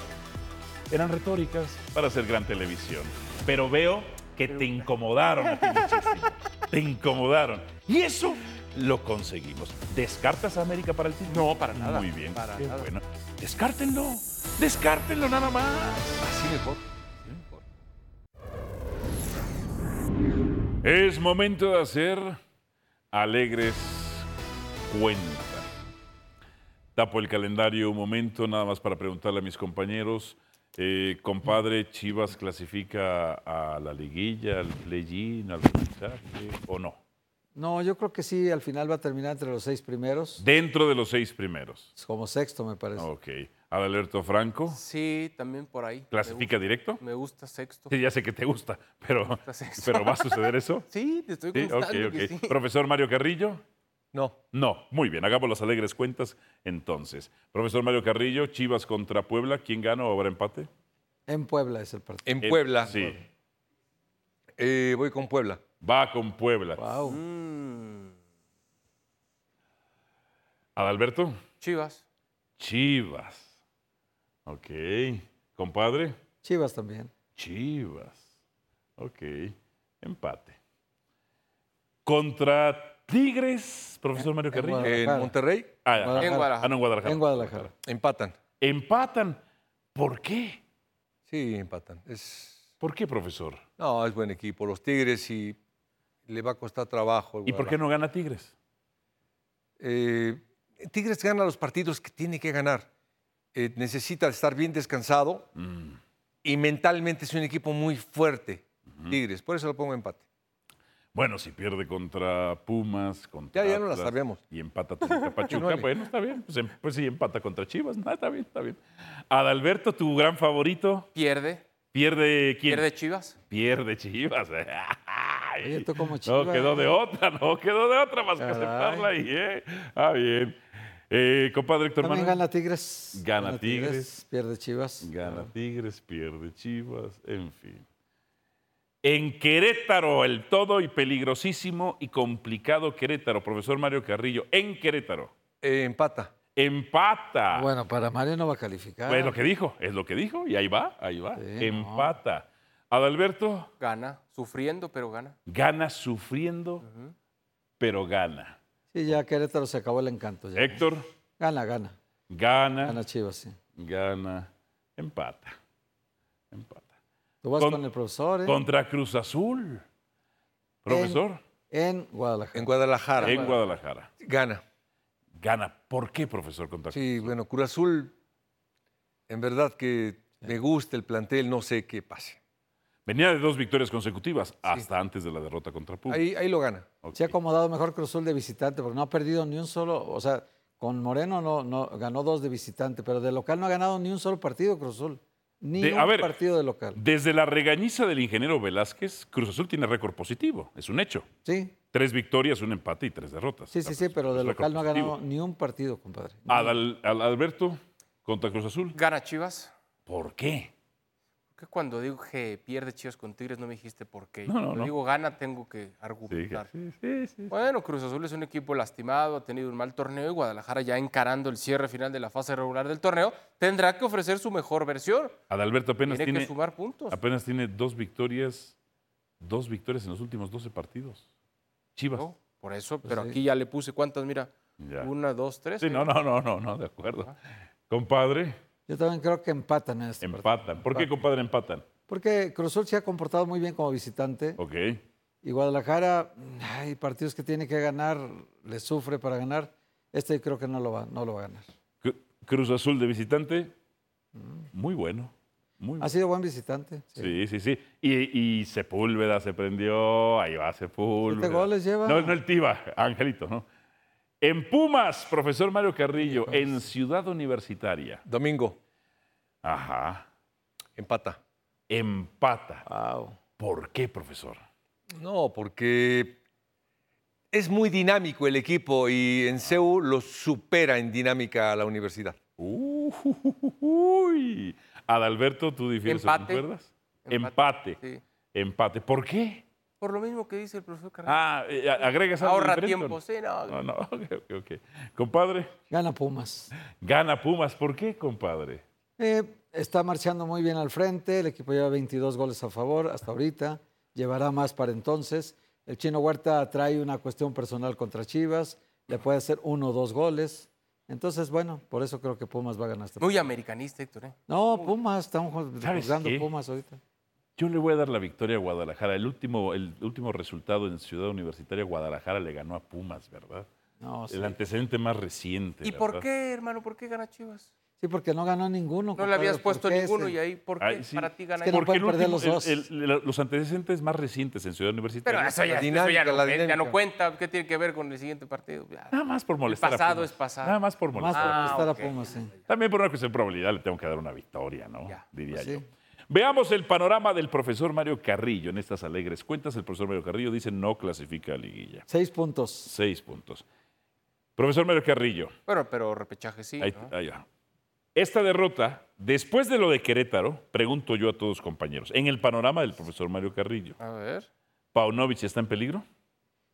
Speaker 1: Eran retóricas para hacer gran televisión. Pero veo que te incomodaron
Speaker 2: *laughs*
Speaker 1: a ti muchísimo. Te incomodaron. Y eso lo conseguimos. ¿Descartas a América para el título?
Speaker 2: No, para nada.
Speaker 1: Muy bien.
Speaker 2: Para
Speaker 1: Qué
Speaker 2: nada.
Speaker 1: bueno. Descártenlo. Descártenlo nada más.
Speaker 3: Así mejor.
Speaker 1: Es momento de hacer alegres cuentas. Tapo el calendario un momento, nada más para preguntarle a mis compañeros. Eh, compadre, ¿Chivas clasifica a la liguilla, al play-in, al repechaje o no?
Speaker 4: No, yo creo que sí, al final va a terminar entre los seis primeros.
Speaker 1: Dentro de los seis primeros.
Speaker 4: Como sexto, me parece.
Speaker 1: Ok. Adalberto Franco,
Speaker 2: Sí, también por ahí.
Speaker 1: ¿clasifica
Speaker 2: Me gusta,
Speaker 1: directo?
Speaker 2: me gusta sexto.
Speaker 1: Sí, ya sé que te gusta, pero,
Speaker 2: sexto.
Speaker 1: pero ¿va a suceder eso?
Speaker 2: Sí, te *laughs* estoy
Speaker 1: Sí,
Speaker 2: contando
Speaker 1: ok,
Speaker 2: que sí.
Speaker 1: ok. Profesor Mario Carrillo.
Speaker 3: No.
Speaker 1: No, muy bien, hagamos las alegres cuentas entonces. Profesor Mario Carrillo, Chivas contra Puebla, ¿quién gana o habrá empate?
Speaker 4: En Puebla es el partido.
Speaker 3: En
Speaker 1: Eh,
Speaker 3: Puebla.
Speaker 1: sí,
Speaker 3: Eh, voy con Puebla.
Speaker 1: va con Puebla.
Speaker 4: Wow.
Speaker 1: Mm. Adalberto,
Speaker 2: Chivas.
Speaker 1: Chivas. Ok. Compadre,
Speaker 4: Chivas también.
Speaker 1: Chivas. Ok. Empate. Contra Tigres, profesor Mario Carrillo.
Speaker 4: Guadalajara.
Speaker 3: En Monterrey
Speaker 1: Ah, ah,
Speaker 2: En Guadalajara.
Speaker 1: ah, no, en Guadalajara.
Speaker 4: En Guadalajara.
Speaker 3: empatan.
Speaker 1: Empatan. ¿Por qué?
Speaker 3: Sí, empatan. Es,
Speaker 1: ¿Por qué, profesor?
Speaker 3: no, es buen equipo. Los Tigres y le va a costar trabajo. al
Speaker 1: ¿Y por qué no gana Tigres?
Speaker 3: Eh, Tigres gana los partidos que tiene que ganar. Eh, necesita estar bien descansado y mentalmente es un equipo muy fuerte. Tigres, por eso lo pongo empate.
Speaker 1: Bueno, si pierde contra Pumas, contra.
Speaker 3: Ya- ya no la
Speaker 1: Atlas
Speaker 3: sabíamos.
Speaker 1: Y
Speaker 3: *laughs*
Speaker 1: empata contra Pachuca,
Speaker 3: Nueve.
Speaker 1: bueno, está bien. Pues, em- pues sí, empata contra Chivas. No, está bien, está bien. Adalberto, tu gran favorito,
Speaker 2: Pierde,
Speaker 1: pierde quién?
Speaker 2: pierde Chivas.
Speaker 1: Pierde Chivas. *laughs* Ay.
Speaker 4: Oye, tú como
Speaker 1: No
Speaker 4: Chivas.
Speaker 1: quedó de otra, no quedó de otra más que
Speaker 4: Caray.
Speaker 1: aceptarla ahí, ¿eh? Ah, bien. Eh, compadre Héctor
Speaker 4: También
Speaker 1: Manuel.
Speaker 4: gana Tigres.
Speaker 1: Gana Tigres.
Speaker 4: Pierde Chivas.
Speaker 1: Gana Tigres, pierde Chivas, en fin. En Querétaro, el todo y peligrosísimo y complicado Querétaro. Profesor Mario Carrillo, en Querétaro.
Speaker 3: Eh, empata.
Speaker 1: Empata. Bueno,
Speaker 4: Bueno, para Mario no va a calificar.
Speaker 1: es lo que dijo, es lo que dijo, y ahí va, ahí va.
Speaker 4: Sí, no.
Speaker 1: Empata. Adalberto
Speaker 2: Gana, sufriendo, pero gana.
Speaker 1: gana sufriendo, pero gana.
Speaker 4: Sí, ya Querétaro se acabó el encanto. ya.
Speaker 1: Héctor
Speaker 4: Gana, gana.
Speaker 1: gana,
Speaker 4: Gana
Speaker 1: gana,
Speaker 4: Chivas, sí.
Speaker 1: empata. Empata.
Speaker 4: Tú vas
Speaker 1: Con-
Speaker 4: con, el profesor, ¿eh?
Speaker 1: Contra Cruz Azul. Profesor,
Speaker 4: En Guadalajara.
Speaker 3: En Guadalajara.
Speaker 1: en Guadalajara.
Speaker 3: Gana.
Speaker 1: Gana. ¿Por qué, profesor? Contra
Speaker 3: Sí, bueno, Cruz Azul, en verdad que me gusta el plantel, no sé qué pase.
Speaker 1: Venía de dos victorias consecutivas hasta antes de la derrota contra Pumas.
Speaker 3: Ahí, ahí lo gana.
Speaker 1: Ok.
Speaker 4: Se ha acomodado mejor Cruzul de visitante porque no ha perdido ni un solo, o sea, con Moreno no, no ganó dos de visitante, pero de local no ha ganado ni un solo partido Cruzul, ni
Speaker 1: De-
Speaker 4: un
Speaker 1: a ver.
Speaker 4: partido de local.
Speaker 1: Desde la regañiza del ingeniero Velázquez, Cruz Azul tiene récord positivo. Es un hecho.
Speaker 4: Sí,
Speaker 1: Tres victorias, un empate y tres derrotas.
Speaker 4: sí, sí, sí, pero de
Speaker 1: pues, Es récord
Speaker 4: local no ha ganado
Speaker 1: positivo.
Speaker 4: ni un partido, compadre.
Speaker 1: Adal- al Alberto contra Cruz Azul.
Speaker 2: Gana Chivas.
Speaker 1: ¿Por qué?
Speaker 2: ¿Por qué cuando digo que pierde Chivas con Tigres no me dijiste por qué?
Speaker 1: No, no,
Speaker 2: Cuando
Speaker 1: no.
Speaker 2: digo gana tengo que
Speaker 1: Sí,
Speaker 2: argumentar.
Speaker 1: sí, sí, sí.
Speaker 2: Bueno, Cruz Azul es un equipo lastimado, ha tenido un mal torneo y Guadalajara ya encarando el cierre final de la fase regular del torneo tendrá que ofrecer su mejor versión.
Speaker 1: Adalberto apenas
Speaker 2: Tiene que
Speaker 1: tiene,
Speaker 2: sumar puntos.
Speaker 1: apenas tiene dos victorias, dos victorias en los últimos 12 partidos. Chivas.
Speaker 2: ¿no? Oh, Por eso,
Speaker 3: Pues
Speaker 2: pero
Speaker 4: sí.
Speaker 2: aquí ya le puse cuántas, mira,
Speaker 1: Ya.
Speaker 2: una, dos, tres. eh.
Speaker 1: Sí,
Speaker 2: ahí
Speaker 1: no,
Speaker 2: va.
Speaker 1: no, no, no, no, de acuerdo. Compadre,
Speaker 4: Yo también creo que empatan en este
Speaker 1: Em-
Speaker 4: partido.
Speaker 1: empatan. ¿Por qué, compadre, empatan?
Speaker 4: Porque Cruzul se ha comportado muy bien como visitante
Speaker 1: Ok.
Speaker 4: y Guadalajara, hay partidos que tiene que ganar, le sufre para ganar. Este creo que no lo va, no lo va a ganar.
Speaker 1: Cru- Cruz Azul de visitante, muy bueno. Muy bueno.
Speaker 4: Ha sido buen visitante. Ah, sí.
Speaker 1: Sí, sí, sí. Y, y Sepúlveda se prendió, ahí va Sepúlveda.
Speaker 4: Siete goles lleva.
Speaker 1: No, no el Tiba, Angelito, ¿no? En Pumas, profesor Mario Carrillo, en Ciudad Universitaria.
Speaker 3: Domingo,
Speaker 1: Ajá.
Speaker 3: empata.
Speaker 1: Empata.
Speaker 4: Wow.
Speaker 1: ¿Por qué, profesor?
Speaker 3: No, porque es muy dinámico el equipo y en CEU lo supera en dinámica a la universidad.
Speaker 1: Uy. Adalberto, tú difieres,
Speaker 2: Empate.
Speaker 1: ¿concuerdas? Empate.
Speaker 2: Empate.
Speaker 1: Empate.
Speaker 2: Sí.
Speaker 1: ¿Por qué?
Speaker 2: Por lo mismo que dice el profesor Carrillo.
Speaker 1: Ah, eh, a- agregas algo
Speaker 2: Ahorra
Speaker 1: diferente,
Speaker 2: tiempo,
Speaker 1: ¿o no?
Speaker 2: sí, no.
Speaker 1: No, *laughs* no, ok, ok, ok. Compadre,
Speaker 4: Gana Pumas.
Speaker 1: gana Pumas. ¿Por qué, compadre?
Speaker 4: Eh, está marchando muy bien al frente, el equipo lleva 22 goles a favor hasta ahorita, llevará más para entonces. El chino Huerta trae una cuestión personal contra Chivas, le puede hacer uno o dos goles. Entonces, bueno, por eso creo que Pumas va a ganar. este
Speaker 2: Muy americanista, Héctor. ¿eh?
Speaker 4: partido. No, Pumas, estamos ju-
Speaker 1: ¿Sabes
Speaker 4: juzgando
Speaker 1: qué?
Speaker 4: Pumas ahorita.
Speaker 1: Yo le voy a dar la victoria a Guadalajara. El último, el último resultado en Ciudad Universitaria, Guadalajara le ganó a Pumas, ¿verdad?
Speaker 4: No, sí.
Speaker 1: El antecedente más reciente.
Speaker 2: ¿Y por
Speaker 1: ¿verdad?
Speaker 2: qué, hermano? ¿Por qué gana Chivas?
Speaker 4: Sí, porque no ganó ninguno.
Speaker 2: No le habías puesto ninguno y
Speaker 4: ahí.
Speaker 2: ahí, ¿por qué
Speaker 1: Ay, sí.
Speaker 2: para ti gana
Speaker 4: Es que no
Speaker 2: Chivas?
Speaker 1: Porque el
Speaker 4: pueden perder
Speaker 1: último-
Speaker 4: los dos.
Speaker 1: el- el- la- los antecedentes más recientes en Ciudad
Speaker 2: Pero
Speaker 1: Universitaria.
Speaker 2: eso ya,
Speaker 3: La
Speaker 2: eso
Speaker 3: dinámica,
Speaker 2: ya, no,
Speaker 3: la
Speaker 2: cuenta, ya no
Speaker 3: dinámica.
Speaker 2: cuenta. ¿Qué tiene que ver con el siguiente partido? Ya.
Speaker 1: Nada más por molestar. a
Speaker 2: pasado
Speaker 1: Pumas.
Speaker 2: es pasado.
Speaker 1: Nada más por
Speaker 4: Más
Speaker 1: molestar.
Speaker 4: por
Speaker 2: Ah,
Speaker 4: estar
Speaker 2: ok.
Speaker 4: a Pumas, sí.
Speaker 1: También por una cuestión de probabilidad le tengo que dar una victoria, ¿no?
Speaker 2: Ya.
Speaker 1: Diría
Speaker 4: Pues
Speaker 1: yo.
Speaker 4: sí.
Speaker 1: Veamos el panorama del profesor Mario Carrillo en estas alegres cuentas. El profesor Mario Carrillo dice no clasifica a liguilla.
Speaker 4: Seis puntos.
Speaker 1: Seis puntos. Profesor Mario Carrillo,
Speaker 2: Bueno, pero repechaje sí.
Speaker 1: ahí-
Speaker 2: ¿no?
Speaker 1: ahí va. esta derrota, después de lo de Querétaro, pregunto yo a todos compañeros, en el panorama del profesor Mario Carrillo,
Speaker 2: A ver.
Speaker 1: ¿Paunovic está en peligro?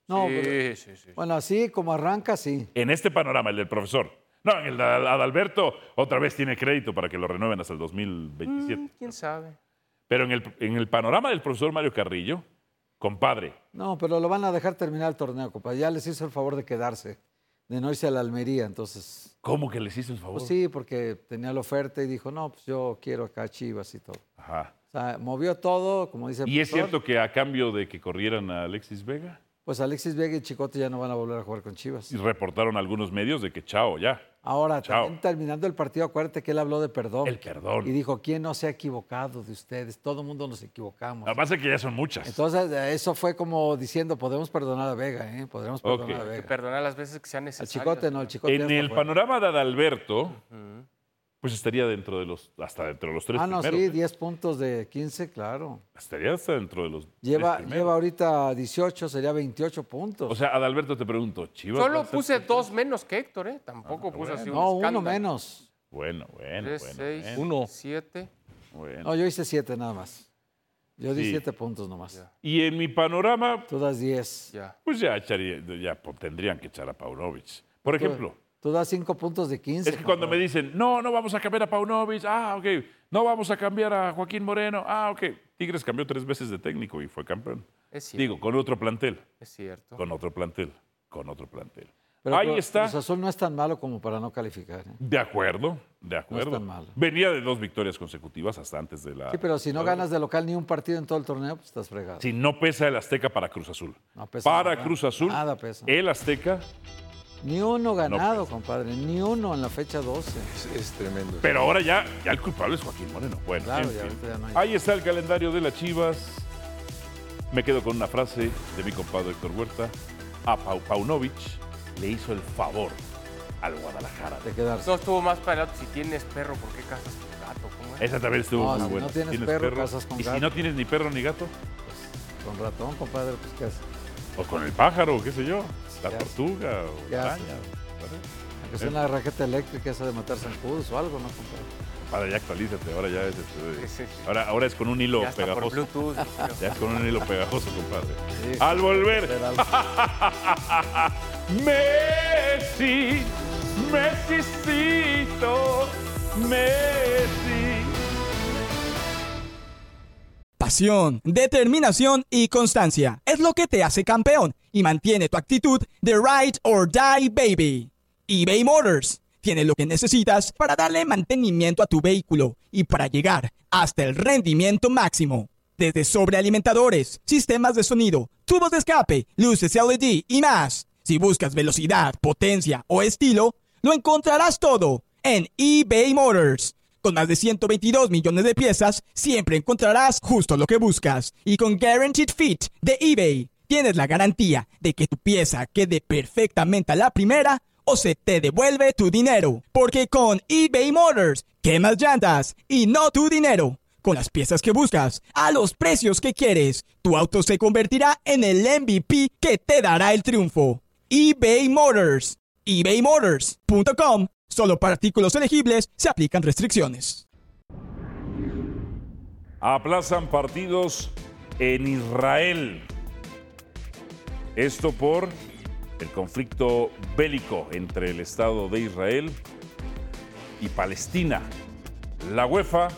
Speaker 4: No, pues,
Speaker 2: sí,
Speaker 4: pero-
Speaker 2: sí, sí.
Speaker 4: bueno, así como arranca, sí.
Speaker 1: En este panorama, el del profesor. No, en el de Ad- Adalberto otra vez tiene crédito para que lo renueven hasta el 2027.
Speaker 2: ¿Quién sabe?
Speaker 1: Pero en el, en el panorama del profesor Mario Carrillo, compadre.
Speaker 4: No, pero lo van a dejar terminar el torneo, compa. Ya les hizo el favor de quedarse, de no irse a la Almería, entonces.
Speaker 1: ¿Cómo que les hizo el favor?
Speaker 4: Pues sí, porque tenía la oferta y dijo, no, pues yo quiero acá a Chivas y todo.
Speaker 1: Ajá.
Speaker 4: O sea, movió todo, como dice el
Speaker 1: ¿Y es
Speaker 4: profesor.
Speaker 1: cierto que a cambio de que corrieran a Alexis Vega,
Speaker 4: Pues Alexis Vega y Chicote ya no van a volver a jugar con Chivas.
Speaker 1: y reportaron algunos medios de que chao, ya?
Speaker 4: Ahora,
Speaker 1: Chao.
Speaker 4: también terminando el partido, acuérdate que él habló de perdón.
Speaker 1: El perdón.
Speaker 4: Y dijo, ¿quién no se ha equivocado de ustedes? Todo el mundo nos equivocamos.
Speaker 1: La base es que ya son muchas.
Speaker 4: Entonces, eh, eso fue como diciendo, podemos perdonar a Vega, ¿eh? Podremos perdonar
Speaker 1: Ok.
Speaker 4: a
Speaker 2: Hay que
Speaker 4: Vega.
Speaker 2: perdonar las veces que sean
Speaker 4: Al
Speaker 2: necesarias.
Speaker 4: Chicote no, el Chicote ya
Speaker 1: en
Speaker 4: está
Speaker 1: el
Speaker 4: fuera.
Speaker 1: panorama de Adalberto, pues estaría dentro de los, hasta dentro de los tres
Speaker 4: Ah, no,
Speaker 1: primeros. ¿eh?
Speaker 4: sí, 10 puntos de 15, claro.
Speaker 1: Estaría hasta dentro de los
Speaker 4: Lleva,
Speaker 1: tres primeros.
Speaker 4: lleva ahorita 18, sería 28 puntos.
Speaker 1: O sea, Adalberto, te pregunto, Chivas. va a
Speaker 2: Solo
Speaker 1: ser-
Speaker 2: puse dos menos que Héctor, ¿eh? Tampoco puse así un
Speaker 4: no, uno
Speaker 2: escándalo.
Speaker 4: menos.
Speaker 1: Bueno, bueno,
Speaker 2: Tres,
Speaker 1: bueno.
Speaker 2: seis,
Speaker 1: bueno,
Speaker 3: Uno.
Speaker 2: siete.
Speaker 1: bueno.
Speaker 4: No, yo hice 7 nada más. Yo di
Speaker 1: Sí.
Speaker 4: 7 puntos nomás.
Speaker 1: Y en mi panorama,
Speaker 4: Tú das 10.
Speaker 2: Ya.
Speaker 1: pues ya, echaría- ya po- tendrían que echar a Paunovic. Por ejemplo,
Speaker 4: Tú das 5 puntos de 15.
Speaker 1: es que cuando me dicen, no, no vamos a cambiar a Paunovic, ah, ok, no vamos a cambiar a Joaquín Moreno, ah, ok. Tigres cambió tres veces de técnico y fue campeón.
Speaker 2: Es cierto.
Speaker 1: Digo, con otro plantel,
Speaker 2: Es cierto.
Speaker 1: con otro plantel, con otro plantel.
Speaker 4: Pero
Speaker 1: Ahí
Speaker 4: Cru-
Speaker 1: está.
Speaker 4: Cruz Azul no es tan malo como para no calificar. ¿eh?
Speaker 1: De acuerdo, de acuerdo.
Speaker 4: tan malo.
Speaker 1: Venía de dos victorias consecutivas hasta antes de la.
Speaker 4: Sí, pero si no ganas de local ni un partido en todo el torneo, pues estás fregado.
Speaker 1: Si no pesa el Azteca para Cruz Azul.
Speaker 4: No pesa
Speaker 1: para
Speaker 4: nada,
Speaker 1: Cruz Azul,
Speaker 4: nada pesa.
Speaker 1: el Azteca,
Speaker 4: Ni uno ganado,
Speaker 1: pues.
Speaker 4: compadre. Ni uno en la fecha 12.
Speaker 3: Es, es tremendo.
Speaker 1: pero ahora ya, ya el culpable es Joaquín Moreno. Bueno,
Speaker 4: Claro,
Speaker 1: en
Speaker 4: ya
Speaker 1: fin.
Speaker 4: ahorita ya no hay.
Speaker 1: ahí está el calendario de las Chivas. Me quedo con una frase de mi compadre Héctor Huerta. A Pau Paunovic le hizo el favor al Guadalajara.
Speaker 4: De quedarse.
Speaker 2: No estuvo más para el otro. Si tienes perro, ¿por qué cazas tu gato? ¿Cómo es?
Speaker 1: Esa también estuvo
Speaker 4: No,
Speaker 1: muy
Speaker 4: si
Speaker 1: buena.
Speaker 4: no tienes perro, casas con
Speaker 1: y si
Speaker 4: gato.
Speaker 1: no tienes ni perro ni gato,
Speaker 4: pues, Con ratón, compadre, pues qué haces?
Speaker 1: o con el pájaro, o qué sé yo, la
Speaker 4: Ya.
Speaker 1: tortuga, o
Speaker 4: Ya.
Speaker 1: la araña. ¿vale?
Speaker 4: Que sea una raqueta eléctrica esa de matar zancudos o algo, ¿no, compadre?
Speaker 1: Para ya actualízate, ahora ya es este,
Speaker 2: Sí, sí, sí.
Speaker 1: ahora, ahora es con un hilo
Speaker 2: Ya está por
Speaker 1: pegajoso.
Speaker 2: Bluetooth. creo.
Speaker 1: *laughs* Ya es con un hilo pegajoso, compadre.
Speaker 4: Sí.
Speaker 1: Al volver,
Speaker 4: Hacer algo.
Speaker 1: Messi, Messicito, Messi.
Speaker 5: Pasión, determinación y constancia es lo que te hace campeón y mantiene tu actitud de ride or die baby. eBay Motors tiene lo que necesitas para darle mantenimiento a tu vehículo y para llegar hasta el rendimiento máximo. Desde sobrealimentadores, sistemas de sonido, tubos de escape, luces LED y más. Si buscas velocidad, potencia o estilo, lo encontrarás todo en eBay Motors. Con más de 122 millones de piezas, siempre encontrarás justo lo que buscas. Y con Guaranteed Fit de eBay, tienes la garantía de que tu pieza quede perfectamente a la primera o se te devuelve tu dinero. Porque con eBay Motors, quemas llantas y no tu dinero. Con las piezas que buscas, a los precios que quieres, tu auto se convertirá en el MVP que te dará el triunfo. eBay Motors. ebaymotors.com. Solo para artículos elegibles se aplican restricciones.
Speaker 1: Aplazan partidos en Israel. Esto por el conflicto bélico entre el Estado de Israel y Palestina. La UEFA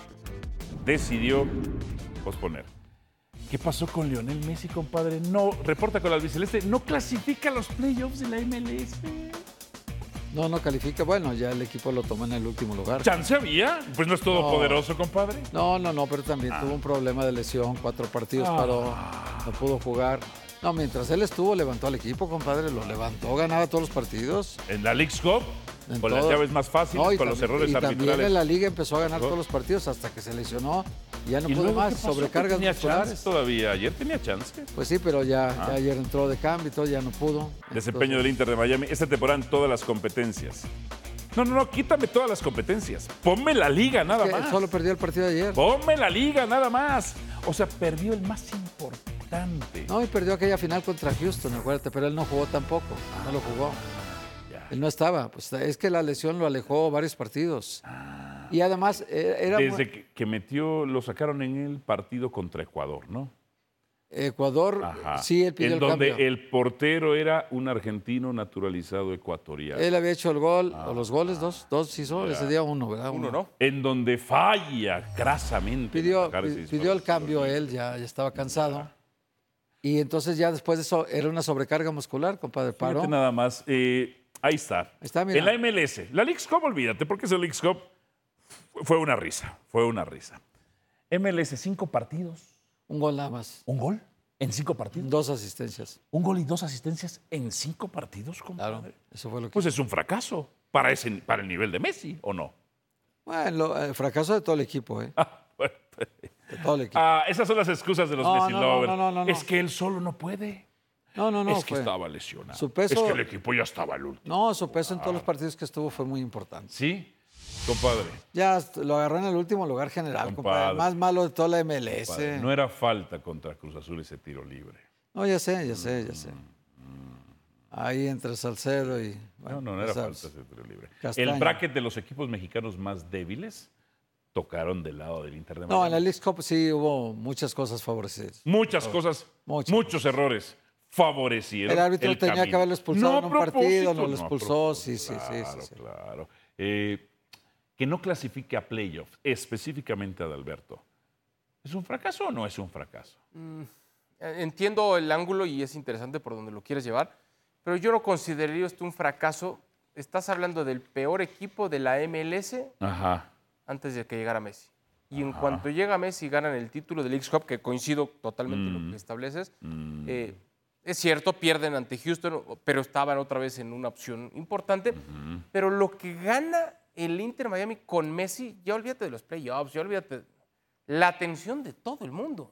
Speaker 1: decidió posponer. ¿Qué pasó con Lionel Messi, compadre? No, reporta con la albiceleste, no clasifica a los playoffs de la MLS.
Speaker 4: No, no califica. Bueno, ya el equipo lo tomó en el último lugar.
Speaker 1: ¿Chance había? Pues no es todopoderoso, compadre.
Speaker 4: No, no, no, pero también
Speaker 1: Ah.
Speaker 4: tuvo un problema de lesión, cuatro partidos paró, no pudo jugar. No, mientras él estuvo, levantó al equipo, compadre, lo levantó, ganaba todos los partidos.
Speaker 1: En la League's Cup,
Speaker 4: En
Speaker 1: con las
Speaker 4: todo.
Speaker 1: llaves más fáciles,
Speaker 4: No, y
Speaker 1: con los
Speaker 4: también-
Speaker 1: errores
Speaker 4: y
Speaker 1: arbitrales. Oh.
Speaker 4: también en la liga empezó a ganar todos los partidos hasta que se lesionó y ya no
Speaker 1: ¿Y
Speaker 4: pudo
Speaker 1: luego
Speaker 4: más,
Speaker 1: qué pasó?
Speaker 4: sobrecargas
Speaker 1: tenía chance
Speaker 4: musculares.
Speaker 1: todavía. Ayer tenía chance.
Speaker 4: Pues sí, pero ya, ya ayer entró de cambio y todo, ya no pudo.
Speaker 1: Desempeño
Speaker 4: Entonces,
Speaker 1: del Inter de Miami. Esta temporada en todas las competencias. No, no, no, quítame todas las competencias. Ponme la liga nada
Speaker 4: que
Speaker 1: más.
Speaker 4: Solo perdió el partido de ayer.
Speaker 1: Ponme la liga nada más. O sea, perdió el más importante.
Speaker 4: No, y perdió aquella final contra Houston, acuérdate, pero él no jugó tampoco, no lo jugó.
Speaker 1: ya.
Speaker 4: Él no estaba, pues es que la lesión lo alejó varios partidos. Y además eh, era muy-
Speaker 1: Desde que, que metió, lo sacaron en el partido contra Ecuador, ¿no?
Speaker 4: Ecuador,
Speaker 1: Ajá.
Speaker 4: sí, él pidió
Speaker 1: en
Speaker 4: el
Speaker 1: donde
Speaker 4: cambio. Él...
Speaker 1: el portero era un argentino naturalizado ecuatoriano.
Speaker 4: había hecho el gol,
Speaker 1: Ah,
Speaker 4: o los goles, dos, dos hizo, ese día uno, ¿verdad?
Speaker 2: Uno, ¿no?
Speaker 1: En donde falla crasamente.
Speaker 4: Pidió,
Speaker 1: sacar ese
Speaker 4: pi-
Speaker 1: disparo.
Speaker 4: eh, pidió el cambio él, ya, ya estaba cansado. Y entonces ya después de eso era una sobrecarga muscular, compadre. Paró.
Speaker 1: Fíjate nada más. eh, ahí está.
Speaker 4: Está, mira.
Speaker 1: En la MLS. La Leagues Cup, olvídate, porque esa Leagues Cup fue una risa. Fue una risa. MLS, cinco partidos.
Speaker 4: Un gol nada más.
Speaker 1: ¿Un gol? ¿En cinco partidos?
Speaker 4: Dos asistencias.
Speaker 1: ¿Un gol y dos asistencias en cinco partidos, compadre?
Speaker 4: Eso fue lo que.
Speaker 1: Pues es un fracaso para, ese, para el nivel de Messi, ¿o no?
Speaker 4: bueno, lo- el fracaso de todo el equipo, ¿eh?
Speaker 1: *laughs* Ah, bueno.
Speaker 4: De todo el equipo.
Speaker 1: Ah, esas son las excusas de los
Speaker 4: No,
Speaker 1: Messi
Speaker 4: no, no,
Speaker 1: lovers.
Speaker 4: no, no, no, no.
Speaker 1: Es que él solo no puede.
Speaker 4: No, no, no.
Speaker 1: es que
Speaker 4: fue-
Speaker 1: estaba lesionado.
Speaker 4: Su peso-
Speaker 1: Es que el equipo ya estaba al último.
Speaker 4: No, su peso en todos
Speaker 1: Ah.
Speaker 4: los partidos que estuvo fue muy importante.
Speaker 1: ¿Sí? Compadre,
Speaker 4: Ya hasta lo agarró en el último lugar general, compadre.
Speaker 1: Compadre.
Speaker 4: Más malo de toda la MLS.
Speaker 1: padre, no era falta contra Cruz Azul ese tiro libre.
Speaker 4: No, ya sé, ya sé, ya sé. Ahí entre Salcedo y. bueno,
Speaker 1: Mm, no, no, no
Speaker 4: ya
Speaker 1: era
Speaker 4: sabes.
Speaker 1: falta ese tiro libre.
Speaker 4: Castaño.
Speaker 1: El bracket de los equipos mexicanos más débiles tocaron del lado del Inter de
Speaker 4: No, en
Speaker 1: Miami.
Speaker 4: la League Cup sí hubo muchas cosas favorecidas.
Speaker 1: Muchas cosas,
Speaker 4: Oh, Muchas.
Speaker 1: muchos errores favorecieron.
Speaker 4: El árbitro tenía
Speaker 1: camino.
Speaker 4: que haberlo expulsado en
Speaker 1: a
Speaker 4: un partido,
Speaker 1: propósito,
Speaker 4: no lo
Speaker 1: a
Speaker 4: expulsó,
Speaker 1: propósito,
Speaker 4: sí, sí, sí, sí,
Speaker 1: Claro,
Speaker 4: sí.
Speaker 1: claro. Eh, que no clasifique a playoffs, específicamente a Alberto. ¿Es un fracaso o no es un fracaso?
Speaker 2: Eh, Entiendo el ángulo y es interesante por donde lo quieres llevar, pero yo no consideraría esto un fracaso. Estás hablando del peor equipo de la MLS
Speaker 1: Ajá.
Speaker 2: antes de que llegara Messi. Y en cuanto llega Messi, ganan el título del X-Cup, que coincido totalmente
Speaker 1: Mm.
Speaker 2: en lo que estableces. Eh, es cierto, pierden ante Houston, pero estaban otra vez en una opción importante. Pero lo que gana el Inter Miami con Messi, ya olvídate de los playoffs, ya olvídate. La atención de todo el mundo.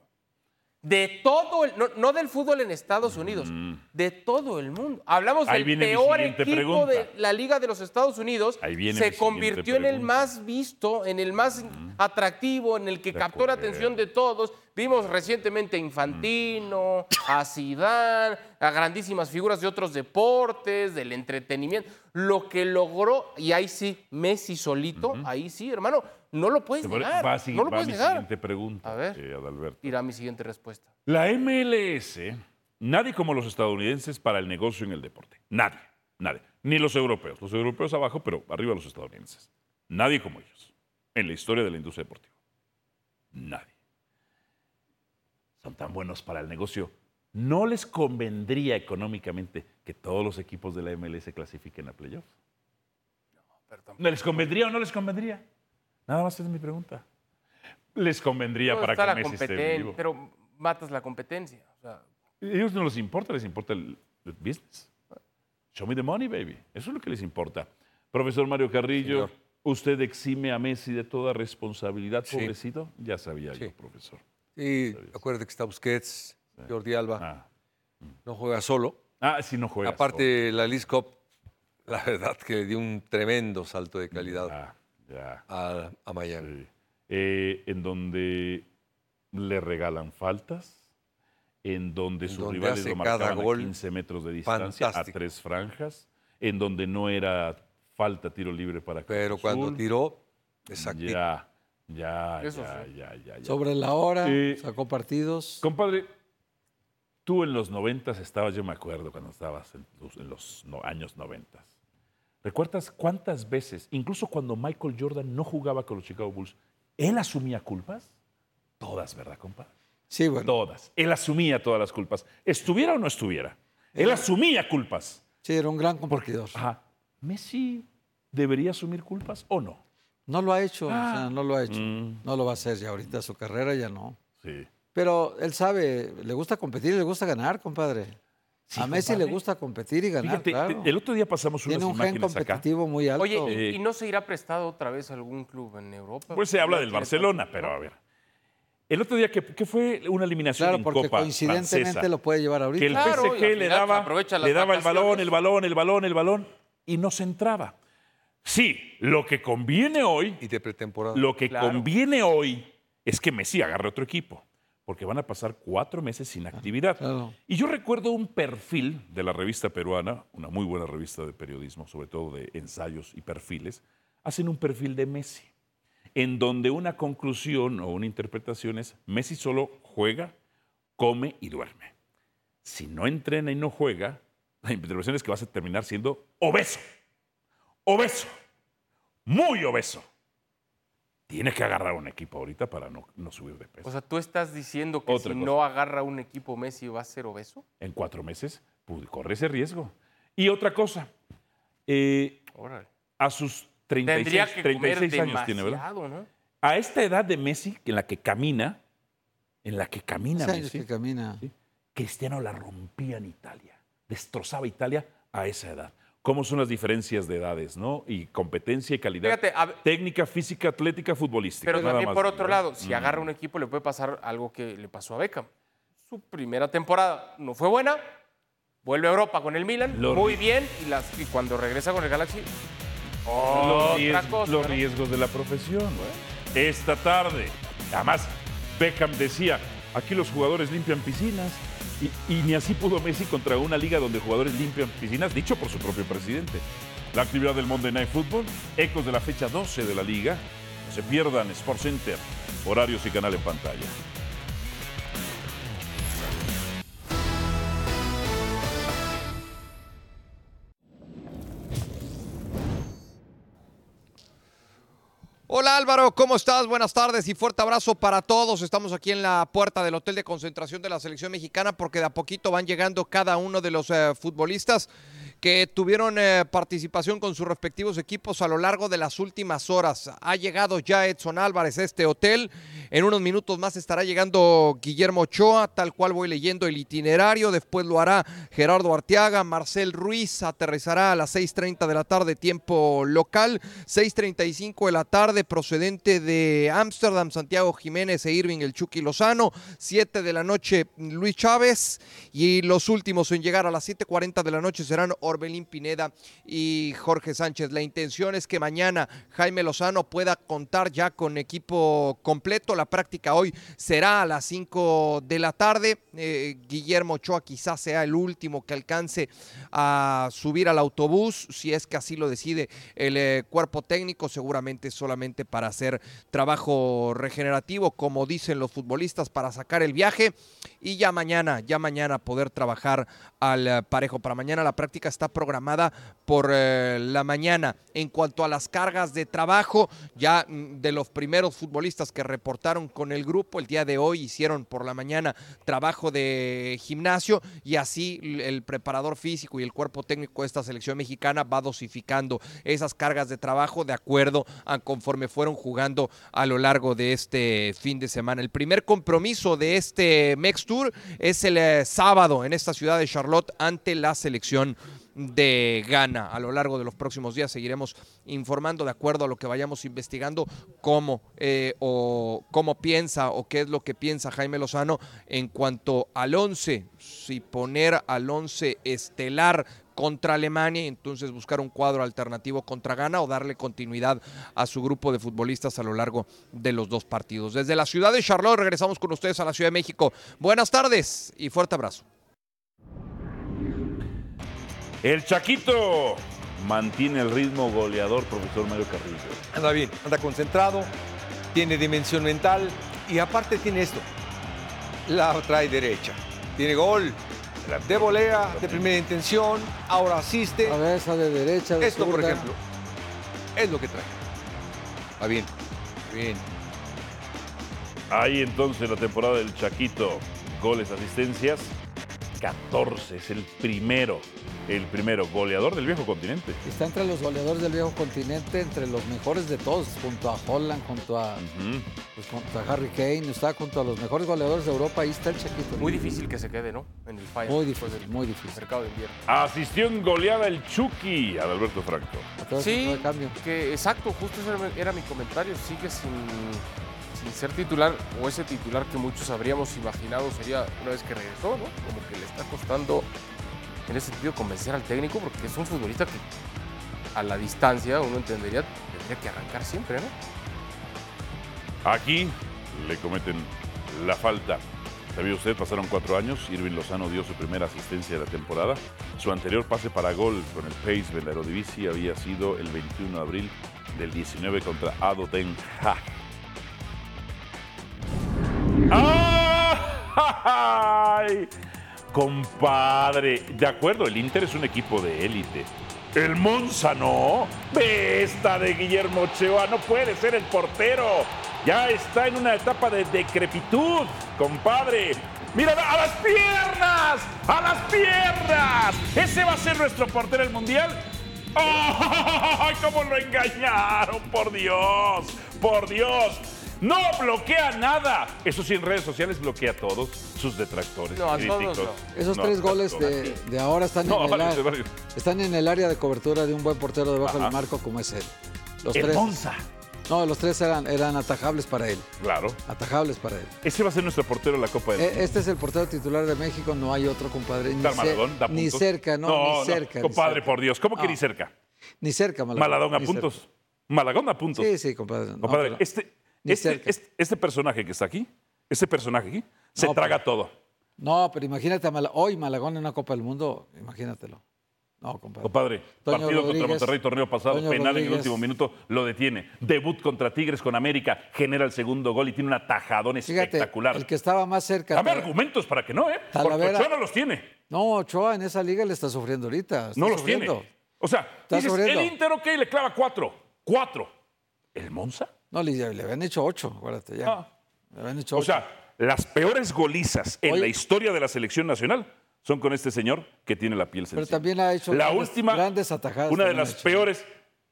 Speaker 2: De todo el. No, no del fútbol en Estados Unidos, de todo el mundo. Hablamos
Speaker 1: Ahí
Speaker 2: del
Speaker 1: viene mi
Speaker 2: peor
Speaker 1: siguiente
Speaker 2: equipo
Speaker 1: pregunta.
Speaker 2: de la Liga de los Estados Unidos.
Speaker 1: Ahí viene mi
Speaker 2: se
Speaker 1: siguiente
Speaker 2: convirtió en el
Speaker 1: pregunta.
Speaker 2: más más visto, en el más atractivo, en el que captó la atención de todos. Vimos recientemente a Infantino, a Zidane, a grandísimas figuras de otros deportes, del entretenimiento. Lo que logró, y ahí sí, Messi solito, ahí sí, hermano, no lo puedes
Speaker 1: Te pare-
Speaker 2: negar.
Speaker 1: Va a seguir-
Speaker 2: no lo
Speaker 1: va
Speaker 2: puedes
Speaker 1: mi
Speaker 2: negar.
Speaker 1: siguiente pregunta,
Speaker 2: A ver.
Speaker 1: eh, Adalberto.
Speaker 2: Irá mi siguiente respuesta.
Speaker 1: La MLS, nadie como los estadounidenses para el negocio en el deporte. Nadie, nadie. Ni los europeos. Los europeos abajo, pero arriba los estadounidenses. Nadie como ellos en la historia de la industria deportiva. Nadie. Son tan buenos para el negocio. ¿No les convendría económicamente que todos los equipos de la MLS clasifiquen a playoffs? ¿No les convendría o no les convendría? Nada más es mi pregunta. ¿Les convendría
Speaker 2: Todo
Speaker 1: para
Speaker 2: Pues está
Speaker 1: que
Speaker 2: la
Speaker 1: Messi esté
Speaker 2: competen-
Speaker 1: vivo?
Speaker 2: pero matas la competencia. o sea,
Speaker 1: ellos no les importa, les importa el, el business. Show me the money, baby. Eso es lo que les importa. Profesor Mario Carrillo, usted exime a Messi de toda responsabilidad,
Speaker 3: Sí.
Speaker 1: pobrecito. Ya sabía
Speaker 3: Sí.
Speaker 1: yo, profesor.
Speaker 3: Y acuérdate que está Busquets, Jordi Alba,
Speaker 1: Ah,
Speaker 3: no juega solo.
Speaker 1: ah sí, no juega.
Speaker 3: Aparte, la Liz Cop, la *laughs* verdad que le dio un tremendo salto de calidad
Speaker 1: Ah, ya.
Speaker 3: a, a Miami.
Speaker 1: ah. sí. Eh, en donde le regalan faltas, en donde
Speaker 3: En
Speaker 1: sus
Speaker 3: donde
Speaker 1: rivales
Speaker 3: hace
Speaker 1: lo
Speaker 3: cada
Speaker 1: marcaban
Speaker 3: gol
Speaker 1: a 15 metros de distancia,
Speaker 3: fantástico.
Speaker 1: a tres franjas, en donde no era falta tiro libre para Cruz
Speaker 3: Pero cuando
Speaker 1: Azul.
Speaker 3: tiró, exacto.
Speaker 1: Ya, ya,
Speaker 2: Eso
Speaker 1: ya,
Speaker 2: sí.
Speaker 1: ya, ya, ya.
Speaker 4: Sobre la hora,
Speaker 1: Eh,
Speaker 4: sacó partidos.
Speaker 1: Compadre, tú en los noventas estabas, yo me acuerdo cuando estabas en los, en los no- años noventas. ¿Recuerdas cuántas veces, incluso cuando Michael Jordan no jugaba con los Chicago Bulls, él asumía culpas? Todas, ¿verdad, compadre?
Speaker 4: Sí, bueno.
Speaker 1: Todas. Él asumía todas las culpas. Estuviera o no estuviera. Él asumía culpas.
Speaker 4: Sí, era un gran competidor.
Speaker 1: Ajá. ¿Messi debería asumir culpas o no?
Speaker 4: No lo ha hecho, o
Speaker 1: Ah.
Speaker 4: sea, no lo ha hecho.
Speaker 1: Mm.
Speaker 4: No lo va a hacer ya ahorita, su carrera ya no.
Speaker 1: Sí.
Speaker 4: Pero él sabe, le gusta competir y le gusta ganar, compadre.
Speaker 1: Sí,
Speaker 4: a Messi
Speaker 1: compadre.
Speaker 4: le gusta competir y ganar,
Speaker 1: Fíjate,
Speaker 4: claro.
Speaker 1: el otro día pasamos unas
Speaker 4: Tiene un gen
Speaker 1: imágenes acá.
Speaker 4: competitivo muy alto.
Speaker 2: Oye, ¿y-
Speaker 1: Eh.
Speaker 2: ¿y no se irá prestado otra vez a algún club en Europa?
Speaker 1: Pues se habla
Speaker 2: Ya
Speaker 1: del
Speaker 2: tiene
Speaker 1: Barcelona,
Speaker 2: tanto,
Speaker 1: pero
Speaker 2: ¿no?
Speaker 1: a ver. El otro día que, que fue una eliminación
Speaker 4: claro,
Speaker 1: en
Speaker 4: porque
Speaker 1: Copa
Speaker 4: coincidentemente
Speaker 1: francesa,
Speaker 4: lo puede llevar ahorita.
Speaker 1: que el
Speaker 2: Claro, y al
Speaker 1: PSG le
Speaker 2: final
Speaker 1: daba,
Speaker 2: aprovecha las
Speaker 1: le daba el balón,
Speaker 2: vacaciones.
Speaker 1: el balón, el balón, el balón y no se entraba. Sí, lo que conviene hoy,
Speaker 3: Y de pretemporada.
Speaker 1: lo que
Speaker 2: Claro.
Speaker 1: conviene hoy es que Messi agarre otro equipo, porque van a pasar cuatro meses sin actividad.
Speaker 4: claro.
Speaker 1: Y yo recuerdo un perfil de la revista peruana, una muy buena revista de periodismo, sobre todo de ensayos y perfiles, hacen un perfil de Messi, en donde una conclusión o una interpretación es, Messi solo juega, come y duerme. Si no entrena y no juega, la interpretación es que vas a terminar siendo obeso, obeso, muy obeso. Tiene que agarrar un equipo ahorita para no, no subir de peso.
Speaker 2: O sea, tú estás diciendo que
Speaker 1: Otra
Speaker 2: si
Speaker 1: cosa.
Speaker 2: no agarra un equipo Messi va a ser obeso.
Speaker 1: en cuatro meses pues, corre ese riesgo. Y otra cosa, eh,
Speaker 2: Órale.
Speaker 1: a sus 36,
Speaker 2: Tendría que
Speaker 1: 36
Speaker 2: comer
Speaker 1: años tiene, ¿verdad?
Speaker 2: demasiado, ¿no?
Speaker 1: A esta edad de Messi, en la que camina, en la que camina
Speaker 4: Hace años
Speaker 1: Messi,
Speaker 4: que camina.
Speaker 1: ¿sí? Cristiano la rompía en Italia, destrozaba Italia a esa edad. ¿Cómo son las diferencias de edades, no? Y competencia y calidad.
Speaker 2: Fíjate, a ver-
Speaker 1: Técnica, física, atlética, futbolística.
Speaker 2: Pero
Speaker 1: nada
Speaker 2: también
Speaker 1: más,
Speaker 2: por otro
Speaker 1: ¿verdad?
Speaker 2: lado, si agarra un equipo le puede pasar algo que le pasó a Beckham. Su primera temporada no fue buena, vuelve a Europa con el Milan,
Speaker 1: Lo
Speaker 2: muy
Speaker 1: ri-
Speaker 2: bien, y, las- y cuando regresa con el Galaxy,
Speaker 1: los,
Speaker 2: otra
Speaker 1: ries-
Speaker 2: cosa,
Speaker 1: los
Speaker 2: ¿no?
Speaker 1: riesgos de la profesión. Esta tarde, además, Beckham decía, aquí los jugadores limpian piscinas. Y, y ni así pudo Messi contra una liga donde jugadores limpian piscinas, dicho por su propio presidente. La actividad del Monday Night Football, ecos de la fecha 12 de la liga. No se pierdan Sports Center, horarios y canal en pantalla.
Speaker 6: Hola Álvaro, ¿cómo estás? Buenas tardes y fuerte abrazo para todos. Estamos aquí en la puerta del Hotel de Concentración de la Selección Mexicana porque de a poquito van llegando cada uno de los eh, futbolistas que tuvieron eh, participación con sus respectivos equipos a lo largo de las últimas horas. Ha llegado ya Edson Álvarez a este hotel. En unos minutos más estará llegando Guillermo Ochoa, tal cual voy leyendo el itinerario. Después lo hará Gerardo Arteaga, Marcel Ruiz aterrizará a las 6.30 de la tarde, tiempo local. 6.35 de la tarde, procedente de Ámsterdam, Santiago Jiménez e Irving El Chucky Lozano. 7 de la noche, Luis Chávez. Y los últimos en llegar a las 7.40 de la noche serán Orbelín Pineda y Jorge Sánchez. La intención es que mañana Jaime Lozano pueda contar ya con equipo completo. La práctica hoy será a las 5 de la tarde. Eh, Guillermo Ochoa quizás sea el último que alcance a subir al autobús, si es que así lo decide el eh, cuerpo técnico, seguramente solamente para hacer trabajo regenerativo, como dicen los futbolistas, para sacar el viaje y ya mañana, ya mañana poder trabajar al eh, parejo. Para mañana la práctica está programada por eh, la mañana. En cuanto a las cargas de trabajo, ya mm, de los primeros futbolistas que reportaron con el grupo el día de hoy hicieron por la mañana trabajo de gimnasio y así l- el preparador físico y el cuerpo técnico de esta selección mexicana va dosificando esas cargas de trabajo de acuerdo a conforme fueron jugando a lo largo de este fin de semana. El primer compromiso de este Mex Tour es el eh, sábado en esta ciudad de Charlotte ante la selección de Ghana. A lo largo de los próximos días seguiremos informando de acuerdo a lo que vayamos investigando cómo eh, o cómo piensa o qué es lo que piensa Jaime Lozano en cuanto al 11, si poner al 11 estelar contra Alemania y entonces buscar un cuadro alternativo contra Ghana o darle continuidad a su grupo de futbolistas a lo largo de los dos partidos. Desde la ciudad de Charlotte regresamos con ustedes a la Ciudad de México. Buenas tardes y fuerte abrazo.
Speaker 1: El Chaquito mantiene el ritmo goleador, profesor Mario Carrillo.
Speaker 3: Anda bien, anda concentrado, tiene dimensión mental y aparte tiene esto. La trae derecha. Tiene gol, de volea, de primera intención, ahora asiste.
Speaker 4: A ver, esa de derecha. de
Speaker 3: Esto, por
Speaker 4: zurda.
Speaker 3: ejemplo, es lo que trae. Está bien, bien.
Speaker 1: Ahí entonces la temporada del Chaquito. Goles, asistencias. 14 es el primero. El primero goleador del viejo continente.
Speaker 4: Está entre los goleadores del viejo continente, entre los mejores de todos, junto a Holland, junto a,
Speaker 1: Ujú.
Speaker 4: pues, junto a Harry Kane, está junto a los mejores goleadores de Europa. Ahí está el Chaquito.
Speaker 2: Muy difícil que se quede, ¿no? En el Fire.
Speaker 4: Muy
Speaker 2: después
Speaker 4: difícil,
Speaker 2: del
Speaker 4: muy difícil.
Speaker 2: mercado de invierno.
Speaker 1: Asistió en goleada el Chucky al Alberto Franco.
Speaker 4: Atrás entró
Speaker 2: Sí,
Speaker 4: de cambio.
Speaker 2: que exacto, justo ese era mi- era mi comentario. Sigue sin, sin ser titular o ese titular que muchos habríamos imaginado sería una vez que regresó, ¿no? Como que le está costando en ese sentido convencer al técnico porque es un futbolista que a la distancia uno entendería tendría que arrancar siempre, ¿no?
Speaker 1: Aquí le cometen la falta. ¿Sabía usted? Pasaron cuatro años. Irving Lozano dio su primera asistencia de la temporada. Su anterior pase para gol con el Pace de la Eredivisie había sido el 21 de abril del 19 contra Ado Den Haag. ¡Ah! *laughs* ¡Ay! Compadre, de acuerdo, el Inter es un equipo de élite, El Monza no. Ve esta de Guillermo Ochoa. No puede ser el portero. Ya está en una etapa de decrepitud, compadre. Mira, a las piernas, a las piernas. Ese va a ser nuestro portero del mundial. ¡Oh! ¡Ay, cómo lo engañaron! Por Dios, por Dios. No bloquea nada. Eso sí, en redes sociales bloquea a todos sus detractores.
Speaker 2: No, a todos
Speaker 1: críticos.
Speaker 2: no.
Speaker 4: Esos
Speaker 1: No,
Speaker 4: tres
Speaker 1: a
Speaker 4: goles
Speaker 1: todos.
Speaker 4: de, de ahora están,
Speaker 1: No, *laughs*
Speaker 4: en el
Speaker 1: varios,
Speaker 4: área-
Speaker 1: varios.
Speaker 4: están en el área de cobertura de un buen portero debajo
Speaker 1: Ajá.
Speaker 4: del marco como es él. Los
Speaker 1: El
Speaker 4: tres,
Speaker 1: Monza.
Speaker 4: no, los tres eran, eran atajables para él.
Speaker 1: Claro.
Speaker 4: Atajables para él.
Speaker 1: Ese va a ser nuestro portero de la Copa del
Speaker 4: E- Este es el portero titular de México, no hay otro, compadre. eh, Ni,
Speaker 1: Está
Speaker 4: ce-
Speaker 1: Maradón, da
Speaker 4: ni
Speaker 1: puntos.
Speaker 4: cerca, no, ni cerca. ni
Speaker 1: compadre,
Speaker 4: cerca.
Speaker 1: por Dios, ¿cómo que
Speaker 4: No,
Speaker 1: ni cerca?
Speaker 4: Ni cerca, Maladón.
Speaker 1: Maladón a
Speaker 4: ni
Speaker 1: puntos.
Speaker 4: cerca.
Speaker 1: Malagón a puntos.
Speaker 4: Sí, sí, compadre. no,
Speaker 1: Compadre,
Speaker 4: pero-
Speaker 1: este,
Speaker 4: ni
Speaker 1: este-
Speaker 4: cerca.
Speaker 1: este- este personaje que está aquí, este personaje aquí, se
Speaker 4: No,
Speaker 1: traga todo.
Speaker 4: No, pero imagínate a Mala- hoy Malagón en una Copa del Mundo, imagínatelo. No, compadre.
Speaker 1: Compadre,
Speaker 4: Toño
Speaker 1: partido contra
Speaker 4: Rodríguez,
Speaker 1: Monterrey, torneo pasado,
Speaker 4: Toño
Speaker 1: penal en el
Speaker 4: Rodríguez.
Speaker 1: último minuto, lo detiene. Debut contra Tigres con América, genera el segundo gol y tiene un atajadón
Speaker 4: Fíjate,
Speaker 1: espectacular.
Speaker 4: el que estaba más cerca.
Speaker 1: Dame
Speaker 4: Tal-
Speaker 1: argumentos para que no, ¿eh? Porque
Speaker 4: Talavera-
Speaker 1: Ochoa no los tiene.
Speaker 4: No, Ochoa en esa liga le está sufriendo ahorita. está
Speaker 1: No los
Speaker 4: sufriendo.
Speaker 1: tiene. O sea, dices,
Speaker 4: sufriendo.
Speaker 1: el Inter, ok, le clava cuatro. Cuatro. ¿El Monza?
Speaker 4: No, le, le habían hecho ocho, acuérdate ya.
Speaker 1: Ah.
Speaker 4: Le habían hecho
Speaker 1: O
Speaker 4: ocho.
Speaker 1: sea, las peores golizas en
Speaker 4: Oye.
Speaker 1: la historia de la selección nacional son con este señor que tiene la piel
Speaker 4: pero
Speaker 1: sencilla.
Speaker 4: también ha hecho
Speaker 1: la
Speaker 4: grandes-
Speaker 1: última,
Speaker 4: grandes atajadas.
Speaker 1: Una de
Speaker 4: también ha
Speaker 1: las
Speaker 4: hecho.
Speaker 1: peores.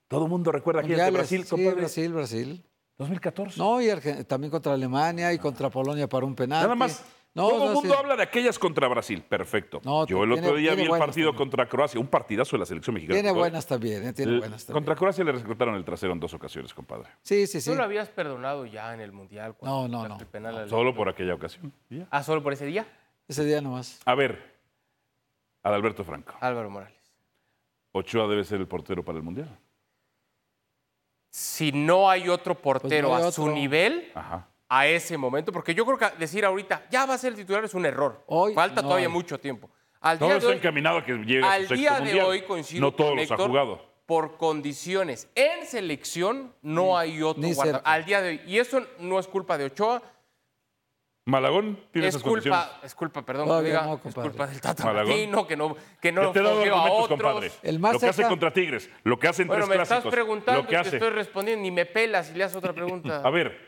Speaker 1: Todo el mundo recuerda aquí de
Speaker 4: Mundiales,
Speaker 1: Brasil,
Speaker 4: sí,
Speaker 1: compadre.
Speaker 4: Brasil, Brasil.
Speaker 1: 2014.
Speaker 4: No, y Argen- también contra Alemania y contra Polonia para un penal.
Speaker 1: Nada más.
Speaker 4: No,
Speaker 1: Todo el
Speaker 4: no,
Speaker 1: mundo
Speaker 4: sí.
Speaker 1: habla de aquellas contra Brasil. Perfecto.
Speaker 4: No,
Speaker 1: Yo el otro
Speaker 4: tiene-
Speaker 1: día
Speaker 4: tiene
Speaker 1: vi el
Speaker 4: buenas
Speaker 1: partido
Speaker 4: también.
Speaker 1: contra Croacia. Un partidazo de la selección mexicana.
Speaker 4: Tiene
Speaker 1: compadre.
Speaker 4: buenas también, ¿eh? tiene
Speaker 1: El-
Speaker 4: buenas también.
Speaker 1: Contra Croacia le recortaron el trasero en dos ocasiones, compadre.
Speaker 4: Sí, sí, sí.
Speaker 2: ¿Tú lo habías perdonado ya en el Mundial? cuando
Speaker 4: No, no,
Speaker 2: sacaste
Speaker 4: no.
Speaker 2: el penal al-
Speaker 1: Solo por aquella ocasión.
Speaker 2: Ah, solo por ese día.
Speaker 4: Ese día nomás.
Speaker 1: A ver, Adalberto Franco.
Speaker 2: Álvaro Morales.
Speaker 1: Ochoa debe ser el portero para el Mundial.
Speaker 2: Si no hay otro portero
Speaker 4: Pues hay
Speaker 2: a su
Speaker 4: otro.
Speaker 2: nivel,
Speaker 1: Ajá.
Speaker 2: a ese momento, porque yo creo que decir ahorita, ya va a ser el titular es un error.
Speaker 4: Hoy
Speaker 2: Falta
Speaker 4: no
Speaker 2: todavía
Speaker 4: hay.
Speaker 2: mucho tiempo. Al
Speaker 1: Todo
Speaker 2: día de
Speaker 1: está
Speaker 2: hoy,
Speaker 1: encaminado a que llegue a
Speaker 2: al
Speaker 1: su sexto
Speaker 2: día de
Speaker 1: mundial.
Speaker 2: hoy coincido
Speaker 1: No todos
Speaker 2: con
Speaker 1: los ha
Speaker 2: Héctor,
Speaker 1: jugado.
Speaker 2: Por condiciones. En selección no hay otro
Speaker 4: ni
Speaker 2: guarda-
Speaker 4: cerca.
Speaker 2: Al día de hoy. Y eso no es culpa de Ochoa,
Speaker 1: Malagón tiene
Speaker 2: es
Speaker 1: esas
Speaker 2: culpa,
Speaker 1: condiciones.
Speaker 2: es culpa, perdón,
Speaker 4: Todavía
Speaker 2: que diga,
Speaker 4: no,
Speaker 2: es
Speaker 4: compadre.
Speaker 2: culpa del Tata
Speaker 1: Malagón.
Speaker 2: Martino, que no, que no
Speaker 1: Yo te he dado
Speaker 2: fogueó a
Speaker 1: argumentos,
Speaker 2: otros.
Speaker 1: compadre.
Speaker 4: El más
Speaker 1: lo que hace
Speaker 4: cerca-
Speaker 1: contra Tigres, lo que hace en
Speaker 2: Bueno,
Speaker 1: tres
Speaker 2: me estás
Speaker 1: clásicos,
Speaker 2: preguntando
Speaker 1: lo
Speaker 2: y
Speaker 1: que
Speaker 2: te
Speaker 1: hace.
Speaker 2: estoy respondiendo, ni me pelas y le haces
Speaker 1: *clears throat*
Speaker 2: otra pregunta.
Speaker 1: A ver,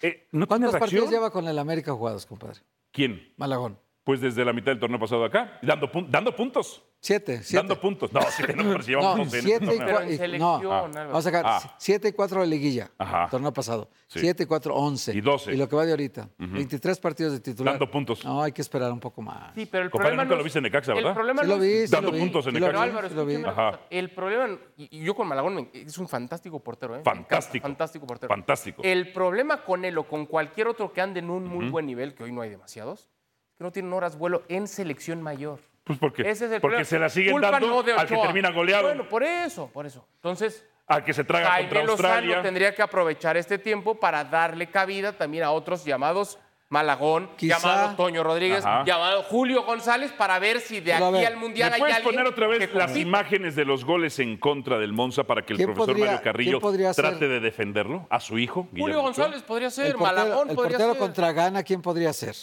Speaker 1: eh, ¿no tiene
Speaker 4: ¿Cuántos partidos
Speaker 1: reacción?
Speaker 4: lleva con el América jugados, compadre?
Speaker 1: ¿Quién?
Speaker 4: Malagón.
Speaker 1: Pues desde la mitad del torneo pasado acá, dando, pun- dando puntos,
Speaker 4: Siete. siete.
Speaker 1: dando puntos. No, siete no, pero si llevamos
Speaker 4: No,
Speaker 1: once en
Speaker 4: siete
Speaker 1: este
Speaker 4: y
Speaker 1: torneo.
Speaker 2: Pero en
Speaker 4: cuatro. y- No, ah,
Speaker 2: selección, Álvaro.
Speaker 4: vamos a sacar
Speaker 1: Ah.
Speaker 4: siete y cuatro de liguilla.
Speaker 1: Ajá.
Speaker 4: Torneo pasado.
Speaker 1: Sí.
Speaker 4: Siete y cuatro, once.
Speaker 1: Y doce.
Speaker 4: Y lo que va de ahorita. 23 partidos de titular.
Speaker 1: Dando puntos.
Speaker 4: No, hay que esperar un poco más.
Speaker 2: Sí, pero
Speaker 1: Compadre,
Speaker 2: el problema
Speaker 1: nunca
Speaker 2: no
Speaker 1: lo
Speaker 2: es-
Speaker 1: viste en Necaxa, ¿verdad?
Speaker 2: El problema
Speaker 4: Sí
Speaker 2: no
Speaker 4: lo
Speaker 2: es-
Speaker 4: vi, sí
Speaker 1: Dando
Speaker 4: lo vi,
Speaker 1: puntos en
Speaker 4: sí
Speaker 1: el
Speaker 4: lo
Speaker 1: Pero
Speaker 4: vi,
Speaker 2: Álvaro,
Speaker 4: sí lo vi.
Speaker 2: escúchame una
Speaker 1: Ajá.
Speaker 2: cosa. el problema, y y yo con Malagón me- es un fantástico portero, ¿eh? Me encanta,
Speaker 1: Fantástico.
Speaker 2: fantástico portero.
Speaker 1: Fantástico.
Speaker 2: El problema con él o con cualquier otro que ande en un muy buen nivel, que hoy no hay demasiados, que no tienen horas vuelo en selección mayor.
Speaker 1: Pues porque,
Speaker 2: Ese es
Speaker 1: porque
Speaker 2: el problema.
Speaker 1: se la siguen
Speaker 2: Culpa
Speaker 1: dando
Speaker 2: no de
Speaker 1: al que
Speaker 2: Ochoa.
Speaker 1: termina goleado,
Speaker 2: Bueno, por eso, por eso. Entonces,
Speaker 1: al que se traga
Speaker 2: Jaime
Speaker 1: contra Australia.
Speaker 2: Lozano tendría que aprovechar este tiempo para darle cabida también a otros llamados Malagón,
Speaker 4: Quizá.
Speaker 2: llamado Toño Rodríguez,
Speaker 1: Ajá.
Speaker 2: llamado Julio González, para ver si de
Speaker 4: Pero a
Speaker 2: aquí
Speaker 4: ver,
Speaker 2: al Mundial
Speaker 1: ¿Me
Speaker 2: hay
Speaker 1: puedes
Speaker 2: alguien
Speaker 1: poner otra vez
Speaker 2: que
Speaker 1: las
Speaker 2: compita?
Speaker 1: imágenes de los goles en contra del Monza para que el
Speaker 4: ¿Quién
Speaker 1: profesor
Speaker 4: podría-
Speaker 1: Mario Carrillo
Speaker 4: quién podría ser?
Speaker 1: trate de defenderlo a su hijo? Guillermo
Speaker 2: Julio González podría ser,
Speaker 4: el portero,
Speaker 2: Malagón
Speaker 4: el
Speaker 2: podría
Speaker 4: portero
Speaker 2: ser.
Speaker 4: contra Ghana, ¿quién podría ser?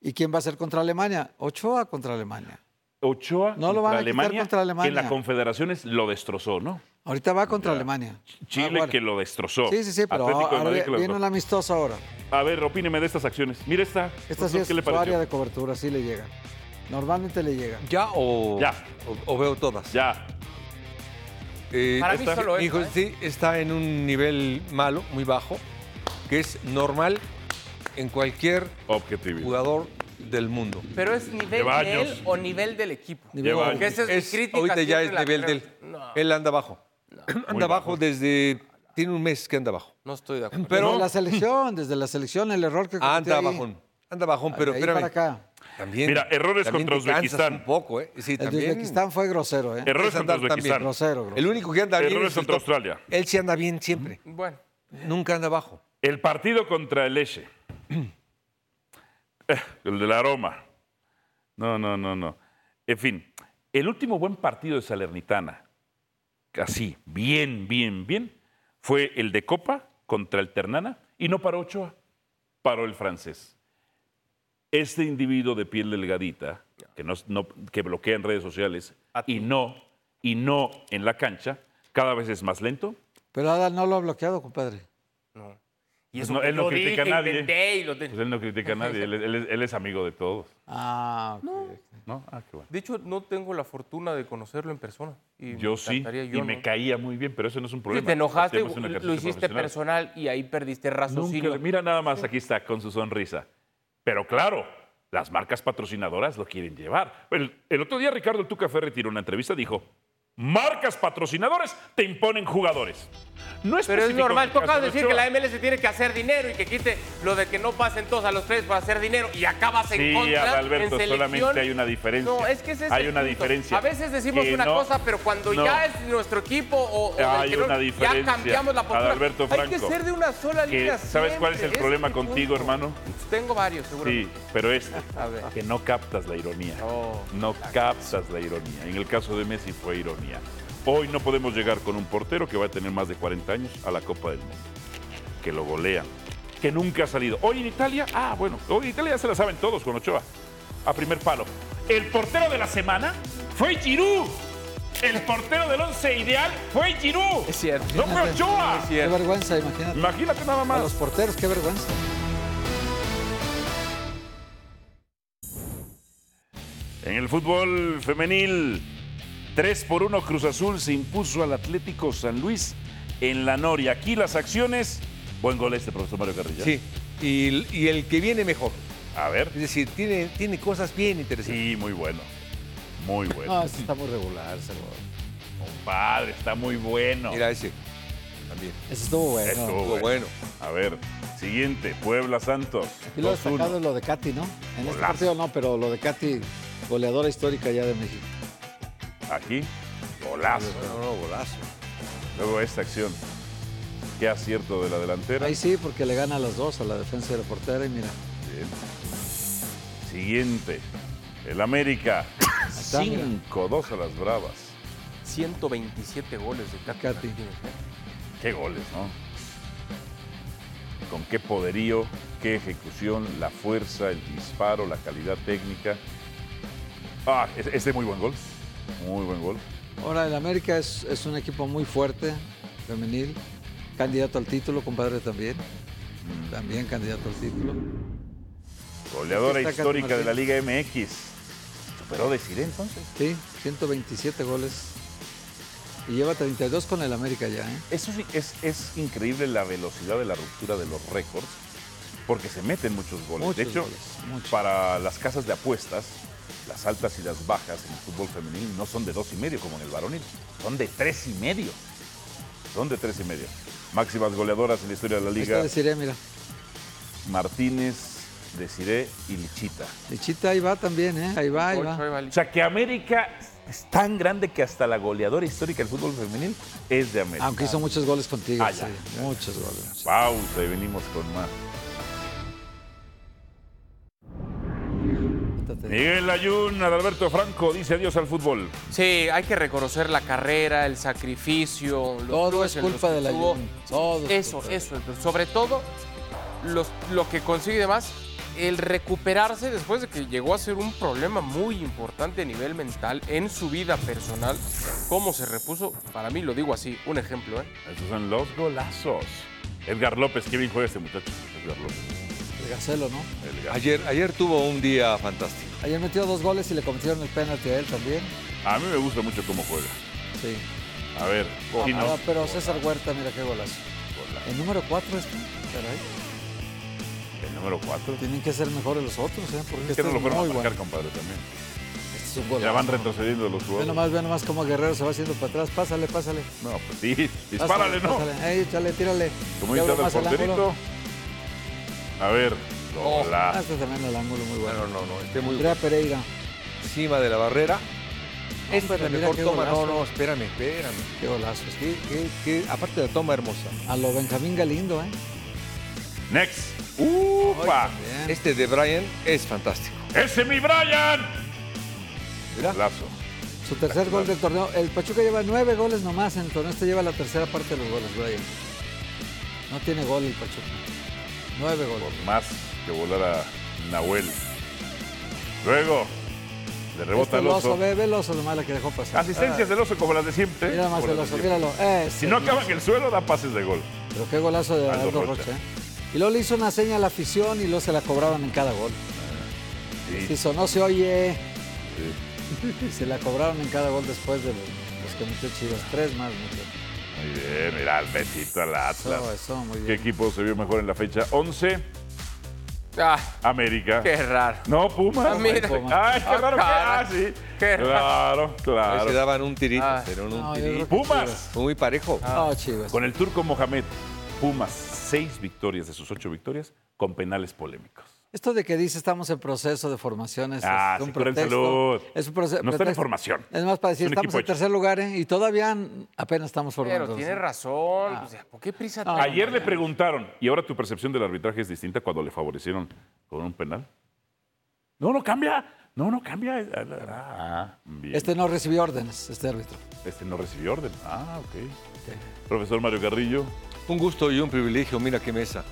Speaker 4: ¿Y quién va a ser contra Alemania? Ochoa contra Alemania.
Speaker 1: Ochoa
Speaker 4: No
Speaker 1: contra
Speaker 4: lo van a quitar
Speaker 1: Alemania,
Speaker 4: contra Alemania.
Speaker 1: que en la Confederaciones lo destrozó, ¿no?
Speaker 4: Ahorita va contra Alemania.
Speaker 1: Chile
Speaker 4: Ah, bueno.
Speaker 1: que lo destrozó.
Speaker 4: Sí, sí, sí, pero
Speaker 1: Atlético de
Speaker 4: ahora
Speaker 1: Madrid
Speaker 4: vi-
Speaker 1: que lo
Speaker 4: viene un
Speaker 1: destrozó.
Speaker 4: amistoso ahora.
Speaker 1: A ver, opíneme de estas acciones. Mira esta.
Speaker 4: Esta sí
Speaker 1: Pues, ¿qué
Speaker 4: es
Speaker 1: le
Speaker 4: su
Speaker 1: pareció?
Speaker 4: área de cobertura, sí le llega. Normalmente le llega.
Speaker 3: ¿Ya o,
Speaker 1: Ya.
Speaker 3: o- o veo todas?
Speaker 1: Ya.
Speaker 3: Eh,
Speaker 2: Para mí solo
Speaker 3: mi
Speaker 2: esta,
Speaker 3: hijo sí está en un nivel malo, muy bajo, que es normal en cualquier
Speaker 1: Oh, Objetividad.
Speaker 3: jugador del mundo.
Speaker 2: Pero es nivel
Speaker 1: Lleva
Speaker 2: de
Speaker 1: años.
Speaker 2: él o nivel del equipo.
Speaker 4: Nivel
Speaker 1: Lleva
Speaker 4: de-
Speaker 1: años.
Speaker 2: Porque esa es, mi
Speaker 3: Es-
Speaker 2: crítica
Speaker 3: ahorita ya
Speaker 2: siempre
Speaker 3: es
Speaker 2: en la
Speaker 3: nivel de
Speaker 2: carrera.
Speaker 3: él.
Speaker 2: No,
Speaker 3: Él anda abajo.
Speaker 1: Muy
Speaker 3: *clears throat* Anda abajo desde... Tiene un mes que anda abajo.
Speaker 2: no estoy de acuerdo.
Speaker 4: Pero
Speaker 3: Pero-
Speaker 4: desde la selección, desde la selección, el error que
Speaker 1: Ah,
Speaker 4: cometió
Speaker 3: Anda
Speaker 4: ahí.
Speaker 3: bajón. Anda bajón, pero
Speaker 4: Ah, Ahí
Speaker 3: espérame.
Speaker 4: para acá.
Speaker 3: También,
Speaker 1: Mira, errores
Speaker 3: también
Speaker 1: contra
Speaker 3: te cansas
Speaker 1: Uzbekistán.
Speaker 3: un poco, ¿eh? Sí,
Speaker 4: El
Speaker 3: también.
Speaker 4: de Uzbekistán fue grosero, ¿eh?
Speaker 1: Errores
Speaker 3: Es
Speaker 1: contra
Speaker 3: andar también.
Speaker 1: Uzbekistán.
Speaker 4: Grosero, grosero.
Speaker 3: El único que anda bien.
Speaker 1: Errores
Speaker 3: es el
Speaker 1: contra
Speaker 3: top.
Speaker 1: Australia.
Speaker 3: Él sí anda bien siempre.
Speaker 2: Bueno,
Speaker 3: Nunca anda abajo.
Speaker 1: El partido contra el Eche. Eh, *clears throat* el del aroma. No, no, no, no. En fin, el último buen partido de Salernitana, así, bien, bien, bien, fue el de Copa contra el Ternana y no paró Ochoa, paró el francés. Este individuo de piel delgadita, que, no, no- que bloquea en redes sociales y no y no en la cancha, cada vez es más lento.
Speaker 4: Pero Adal no lo ha bloqueado, compadre.
Speaker 2: No. Y
Speaker 1: Pues
Speaker 2: eso
Speaker 1: no,
Speaker 2: que
Speaker 1: él no
Speaker 2: yo
Speaker 1: critica a
Speaker 2: dije,
Speaker 1: nadie.
Speaker 2: inventé y lo te-
Speaker 1: Pues él no critica a nadie, él, él es- él es amigo de todos.
Speaker 4: Ah, ok.
Speaker 1: ¿no? Ah, qué bueno.
Speaker 2: De hecho, no tengo la fortuna de conocerlo en persona. Y
Speaker 1: Yo
Speaker 2: me
Speaker 1: sí,
Speaker 2: encantaría,
Speaker 1: y
Speaker 2: yo
Speaker 1: me
Speaker 2: no.
Speaker 1: caía muy bien, pero eso no es un problema.
Speaker 2: Te enojaste,
Speaker 1: Hacemos un
Speaker 2: lo
Speaker 1: ejercicio
Speaker 2: hiciste
Speaker 1: profesional.
Speaker 2: personal y ahí perdiste
Speaker 1: Nunca
Speaker 2: raciocinio.
Speaker 1: le- mira nada más, aquí está, con su sonrisa. Pero claro, las marcas patrocinadoras lo quieren llevar. El, el otro día Ricardo El Tuca Ferretti en una entrevista dijo, marcas patrocinadoras te imponen jugadores. No es
Speaker 2: Pero es normal, toca decir que la MLS tiene que hacer dinero y que quite lo de que no pasen todos a los tres para hacer dinero y acabas en
Speaker 1: Sí,
Speaker 2: contra en
Speaker 1: Adalberto,
Speaker 2: selección.
Speaker 1: solamente hay una diferencia.
Speaker 2: No, es que ese es
Speaker 1: Hay
Speaker 2: el
Speaker 1: una
Speaker 2: punto.
Speaker 1: diferencia.
Speaker 2: A veces decimos
Speaker 1: Que
Speaker 2: una
Speaker 1: no-
Speaker 2: cosa, pero cuando
Speaker 1: no.
Speaker 2: ya es nuestro equipo o, o del
Speaker 1: Hay
Speaker 2: que no-
Speaker 1: una diferencia,
Speaker 2: ya cambiamos la postura.
Speaker 1: Adalberto
Speaker 2: Hay que
Speaker 1: Franco,
Speaker 2: ser de una sola
Speaker 1: que-
Speaker 2: línea.
Speaker 1: ¿sabes cuál es el
Speaker 2: siempre,
Speaker 1: problema
Speaker 2: mi
Speaker 1: contigo,
Speaker 2: punto.
Speaker 1: hermano?
Speaker 2: Tengo varios,
Speaker 1: Sí,
Speaker 2: seguramente.
Speaker 1: pero este,
Speaker 2: *laughs* A ver.
Speaker 1: que no captas la ironía.
Speaker 2: Oh.
Speaker 1: No captas la ironía. En el caso de Messi fue ironía. Hoy no podemos llegar con un portero que va a tener más de 40 años a la Copa del Mundo. Que lo golean. Que nunca ha salido. Hoy en Italia, ah, bueno, hoy en Italia ya se la saben todos con Ochoa. A primer palo. El portero de la semana fue Giroud. El portero del once ideal fue Giroud.
Speaker 2: Es cierto.
Speaker 1: No fue Ochoa.
Speaker 2: Es
Speaker 4: Qué
Speaker 2: cierto.
Speaker 4: vergüenza, imagínate.
Speaker 1: Imagínate nada
Speaker 4: A
Speaker 1: más.
Speaker 4: los porteros, qué vergüenza.
Speaker 1: En el fútbol femenil, 3 por 1 Cruz Azul se impuso al Atlético San Luis en la Noria. Aquí las acciones. Buen gol este, profesor Mario Carrillo.
Speaker 3: Sí, y, y el que viene mejor.
Speaker 1: A ver.
Speaker 3: Es decir, tiene, tiene cosas bien interesantes.
Speaker 1: Sí, muy bueno. Muy bueno.
Speaker 4: No, este está muy regular, ese gol.
Speaker 1: Padre, está muy bueno.
Speaker 3: Mira ese. También.
Speaker 4: Ese estuvo bueno.
Speaker 1: Estuvo
Speaker 3: Estuvo bueno.
Speaker 1: A ver, siguiente, Puebla Santos.
Speaker 4: Y lo
Speaker 1: 2-1.
Speaker 4: destacado es lo de Katy, ¿no? En este
Speaker 1: Golazo.
Speaker 4: partido no, pero lo de Katy, goleadora histórica ya de México.
Speaker 1: Aquí, golazo.
Speaker 3: No, no, golazo.
Speaker 1: Luego esta acción. Qué acierto de la delantera.
Speaker 4: Ahí sí, porque le gana a las dos a la defensa de la portera y mira.
Speaker 1: Bien. Siguiente, el América.
Speaker 4: está, mira.
Speaker 1: 5-2 a las Bravas.
Speaker 2: 127 goles de Katy.
Speaker 4: Katy.
Speaker 2: Martínez, ¿eh?
Speaker 1: Qué goles, ¿no? Con qué poderío, qué ejecución, la fuerza, el disparo, la calidad técnica. Ah, es- este es muy buen gol. Muy buen gol.
Speaker 4: Ahora, el América es, es un equipo muy fuerte, femenil, candidato al título, compadre también. También candidato al título.
Speaker 1: Goleadora
Speaker 4: Aquí está
Speaker 1: histórica de la
Speaker 4: Martín.
Speaker 1: Liga MX. Superó de Siré entonces.
Speaker 4: Sí, 127 goles. Y lleva 32 con el América ya, ¿eh?
Speaker 1: Eso sí, es, es increíble la velocidad de la ruptura de los récords, porque se meten muchos goles. de
Speaker 4: Muchos
Speaker 1: hecho,
Speaker 4: goles, muchos.
Speaker 1: para las casas de apuestas, las altas y las bajas en el fútbol femenil no son de dos y medio como en el varonil, son de tres y medio. Son de tres y medio. Máximas goleadoras en la historia de la
Speaker 4: Esta
Speaker 1: liga,
Speaker 4: de Siria, mira.
Speaker 1: Martínez, Desiré y Lichita.
Speaker 4: Lichita ahí va también, ¿eh? Ahí va, ahí
Speaker 2: Ocho, ahí
Speaker 4: va.
Speaker 2: va
Speaker 1: O
Speaker 2: el-
Speaker 1: sea que América es tan grande que hasta la goleadora histórica del fútbol femenil es de América.
Speaker 4: Aunque hizo muchos goles contigo,
Speaker 1: Ah,
Speaker 4: sí,
Speaker 1: ya,
Speaker 4: muchos goles.
Speaker 1: Pausa y venimos con más. Miguel Ayun, Adalberto Franco dice adiós al fútbol.
Speaker 2: Sí, hay que reconocer la carrera, el sacrificio. los
Speaker 4: Todo
Speaker 2: clubes
Speaker 4: es
Speaker 2: en los
Speaker 4: culpa
Speaker 2: que
Speaker 4: de la
Speaker 2: estuvo.
Speaker 4: Jun, todo es
Speaker 2: Eso,
Speaker 4: culpa de la
Speaker 2: eso. pero Sobre todo, los- lo que consigue además, el recuperarse después de que llegó a ser un problema muy importante a nivel mental en su vida personal. Cómo se repuso, para mí lo digo así, un ejemplo. ¿eh?
Speaker 1: Esos son los golazos. Edgar López, qué bien juega este muchacho. Edgar López.
Speaker 4: El Gacelo, ¿no?
Speaker 1: Edgar.
Speaker 3: Ayer, ayer tuvo un día fantástico.
Speaker 4: Ayer metió dos goles y le cometieron el penalti a él también.
Speaker 1: A mí me gusta mucho cómo juega.
Speaker 4: Sí.
Speaker 1: A ver,
Speaker 3: Oh,
Speaker 1: Gino.
Speaker 3: ah,
Speaker 4: Ahora, pero César Huerta, mira qué golazo. El número 4 este, caray.
Speaker 1: El número 4.
Speaker 4: Tienen que ser mejores los otros, ¿eh? Porque
Speaker 1: Que
Speaker 4: este
Speaker 1: no
Speaker 4: es
Speaker 1: lo
Speaker 4: muy
Speaker 1: fueron a
Speaker 4: bueno.
Speaker 1: marcar, compadre, también.
Speaker 4: Este es un
Speaker 1: Ya van
Speaker 4: golazo.
Speaker 1: retrocediendo los
Speaker 4: Ve
Speaker 1: jugadores.
Speaker 4: nomás, ve nomás cómo Guerrero se va haciendo para atrás. Pásale, pásale.
Speaker 1: No, pues sí, dispárale, ¿no?
Speaker 4: pásale. Ey, échale, tírale.
Speaker 1: Como
Speaker 4: Ya
Speaker 1: dice
Speaker 4: abre
Speaker 1: el
Speaker 4: más el ángulo.
Speaker 1: porterito. A ver,
Speaker 4: Ah,
Speaker 1: golazo.
Speaker 4: este también el ángulo muy bueno.
Speaker 3: Bueno, no, no, este muy
Speaker 4: Andrea Pereira.
Speaker 3: encima de la barrera.
Speaker 1: Este
Speaker 3: Esta es
Speaker 4: Hombre,
Speaker 3: la
Speaker 4: mira
Speaker 3: mejor
Speaker 4: qué
Speaker 3: toma. No,
Speaker 4: golazo.
Speaker 3: no, espérame, espérame.
Speaker 4: Qué golazo.
Speaker 3: Qué- qué- qué- aparte de la toma hermosa.
Speaker 4: A lo Benjamín Galindo, ¿eh?
Speaker 1: Next. ¡Upa!
Speaker 4: Bien.
Speaker 3: Este de Brian es fantástico.
Speaker 1: ¡Ese mi Brian!
Speaker 3: Mira.
Speaker 1: Golazo.
Speaker 4: Eh, Su tercer gol del torneo. El Pachuca lleva nueve goles nomás en el torneo. Este lleva la tercera parte de los goles, Brian. No tiene gol el Pachuca. Nueve goles.
Speaker 1: por más que volara Nahuel. Luego, Le rebota
Speaker 4: Este
Speaker 1: el oso. Ah,
Speaker 4: ve, ve el oso nomás la que dejó pasar.
Speaker 2: Ah.
Speaker 1: Asistencias del oso como las de siempre.
Speaker 4: Mira más
Speaker 1: como
Speaker 4: el
Speaker 1: las
Speaker 4: oso,
Speaker 1: de siempre.
Speaker 4: míralo. Este, Ese
Speaker 1: Si no
Speaker 4: oso.
Speaker 1: acaba en el suelo, da pases de gol.
Speaker 4: Pero qué golazo de
Speaker 1: Aldo
Speaker 4: Aldo
Speaker 1: Rocha.
Speaker 4: Rocha. ¿eh? Y luego le hizo una seña a la afición y luego se la cobraban en cada gol.
Speaker 1: Ah, Sí.
Speaker 4: Si sonó, se oye. Y *laughs* se la cobraron en cada gol después de los, los que metió Chivas. Tres más. metió.
Speaker 1: Muy bien, mira, el besito al Atlas.
Speaker 4: Eso, eso, muy
Speaker 1: ¿Qué
Speaker 4: bien.
Speaker 1: equipo se vio mejor en la fecha 11?
Speaker 2: Ah,
Speaker 1: América.
Speaker 2: qué raro.
Speaker 1: No, Pumas.
Speaker 2: Ah, mira.
Speaker 1: Ay, qué
Speaker 2: Ah,
Speaker 1: raro que. Ah,
Speaker 2: caray.
Speaker 1: sí.
Speaker 2: Qué
Speaker 1: Claro,
Speaker 3: Ahí se
Speaker 1: claro.
Speaker 3: Este daban un tirito,
Speaker 2: Ah.
Speaker 3: pero un
Speaker 4: No, yo
Speaker 3: tirito.
Speaker 4: creo que Ah.
Speaker 1: Pumas.
Speaker 3: Fue muy parejo.
Speaker 4: No, Chivas.
Speaker 1: Con el turco Mohamed, Pumas, seis victorias de sus ocho victorias con penales polémicos.
Speaker 4: Esto de que dice estamos en proceso de formación es,
Speaker 1: Ah,
Speaker 4: es un
Speaker 1: sí, pero en
Speaker 4: pretexto.
Speaker 1: salud.
Speaker 4: Es un proceso.
Speaker 1: No está en formación.
Speaker 4: Es más para decir,
Speaker 1: Es un
Speaker 4: estamos
Speaker 1: equipo
Speaker 4: en
Speaker 1: hecho.
Speaker 4: tercer lugar ¿eh? y todavía n- apenas estamos formando.
Speaker 2: Pero tiene razón. O sea, ¿Por qué prisa
Speaker 4: Ah,
Speaker 2: tan
Speaker 1: Ayer le preguntaron, ¿y ahora tu percepción del arbitraje es distinta cuando le favorecieron con un penal? No, no cambia. No, no cambia. Ah, bien.
Speaker 4: Este no recibió órdenes, este árbitro.
Speaker 1: Este no recibió orden. Ah, ok. Profesor Mario Carrillo.
Speaker 3: Un gusto y un privilegio. Mira qué mesa.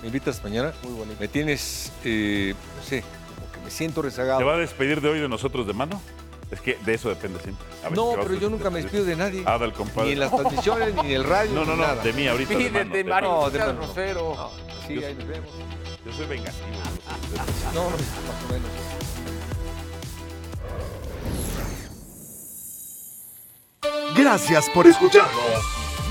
Speaker 3: ¿Me invitas mañana?
Speaker 2: Muy bonito.
Speaker 3: Me tienes, eh, no sé, como que me siento rezagado.
Speaker 1: ¿Te va a despedir de hoy de nosotros de mano? Es que de eso depende siempre. A ver,
Speaker 3: No,
Speaker 1: ¿te vas a
Speaker 3: pero yo nunca me despido de nadie.
Speaker 1: Ah, del compadre.
Speaker 3: Ni en las transmisiones, ni en el radio,
Speaker 1: No, no,
Speaker 3: ni
Speaker 1: no,
Speaker 3: nada.
Speaker 1: de mí ahorita. de mano,
Speaker 2: Pídete,
Speaker 1: de mano.
Speaker 2: Mario,
Speaker 3: de
Speaker 2: seas
Speaker 3: mano.
Speaker 2: grosero.
Speaker 3: Sí, ahí nos vemos.
Speaker 1: Yo soy vengativo.
Speaker 3: No, no, más o menos.
Speaker 7: Gracias por escucharnos.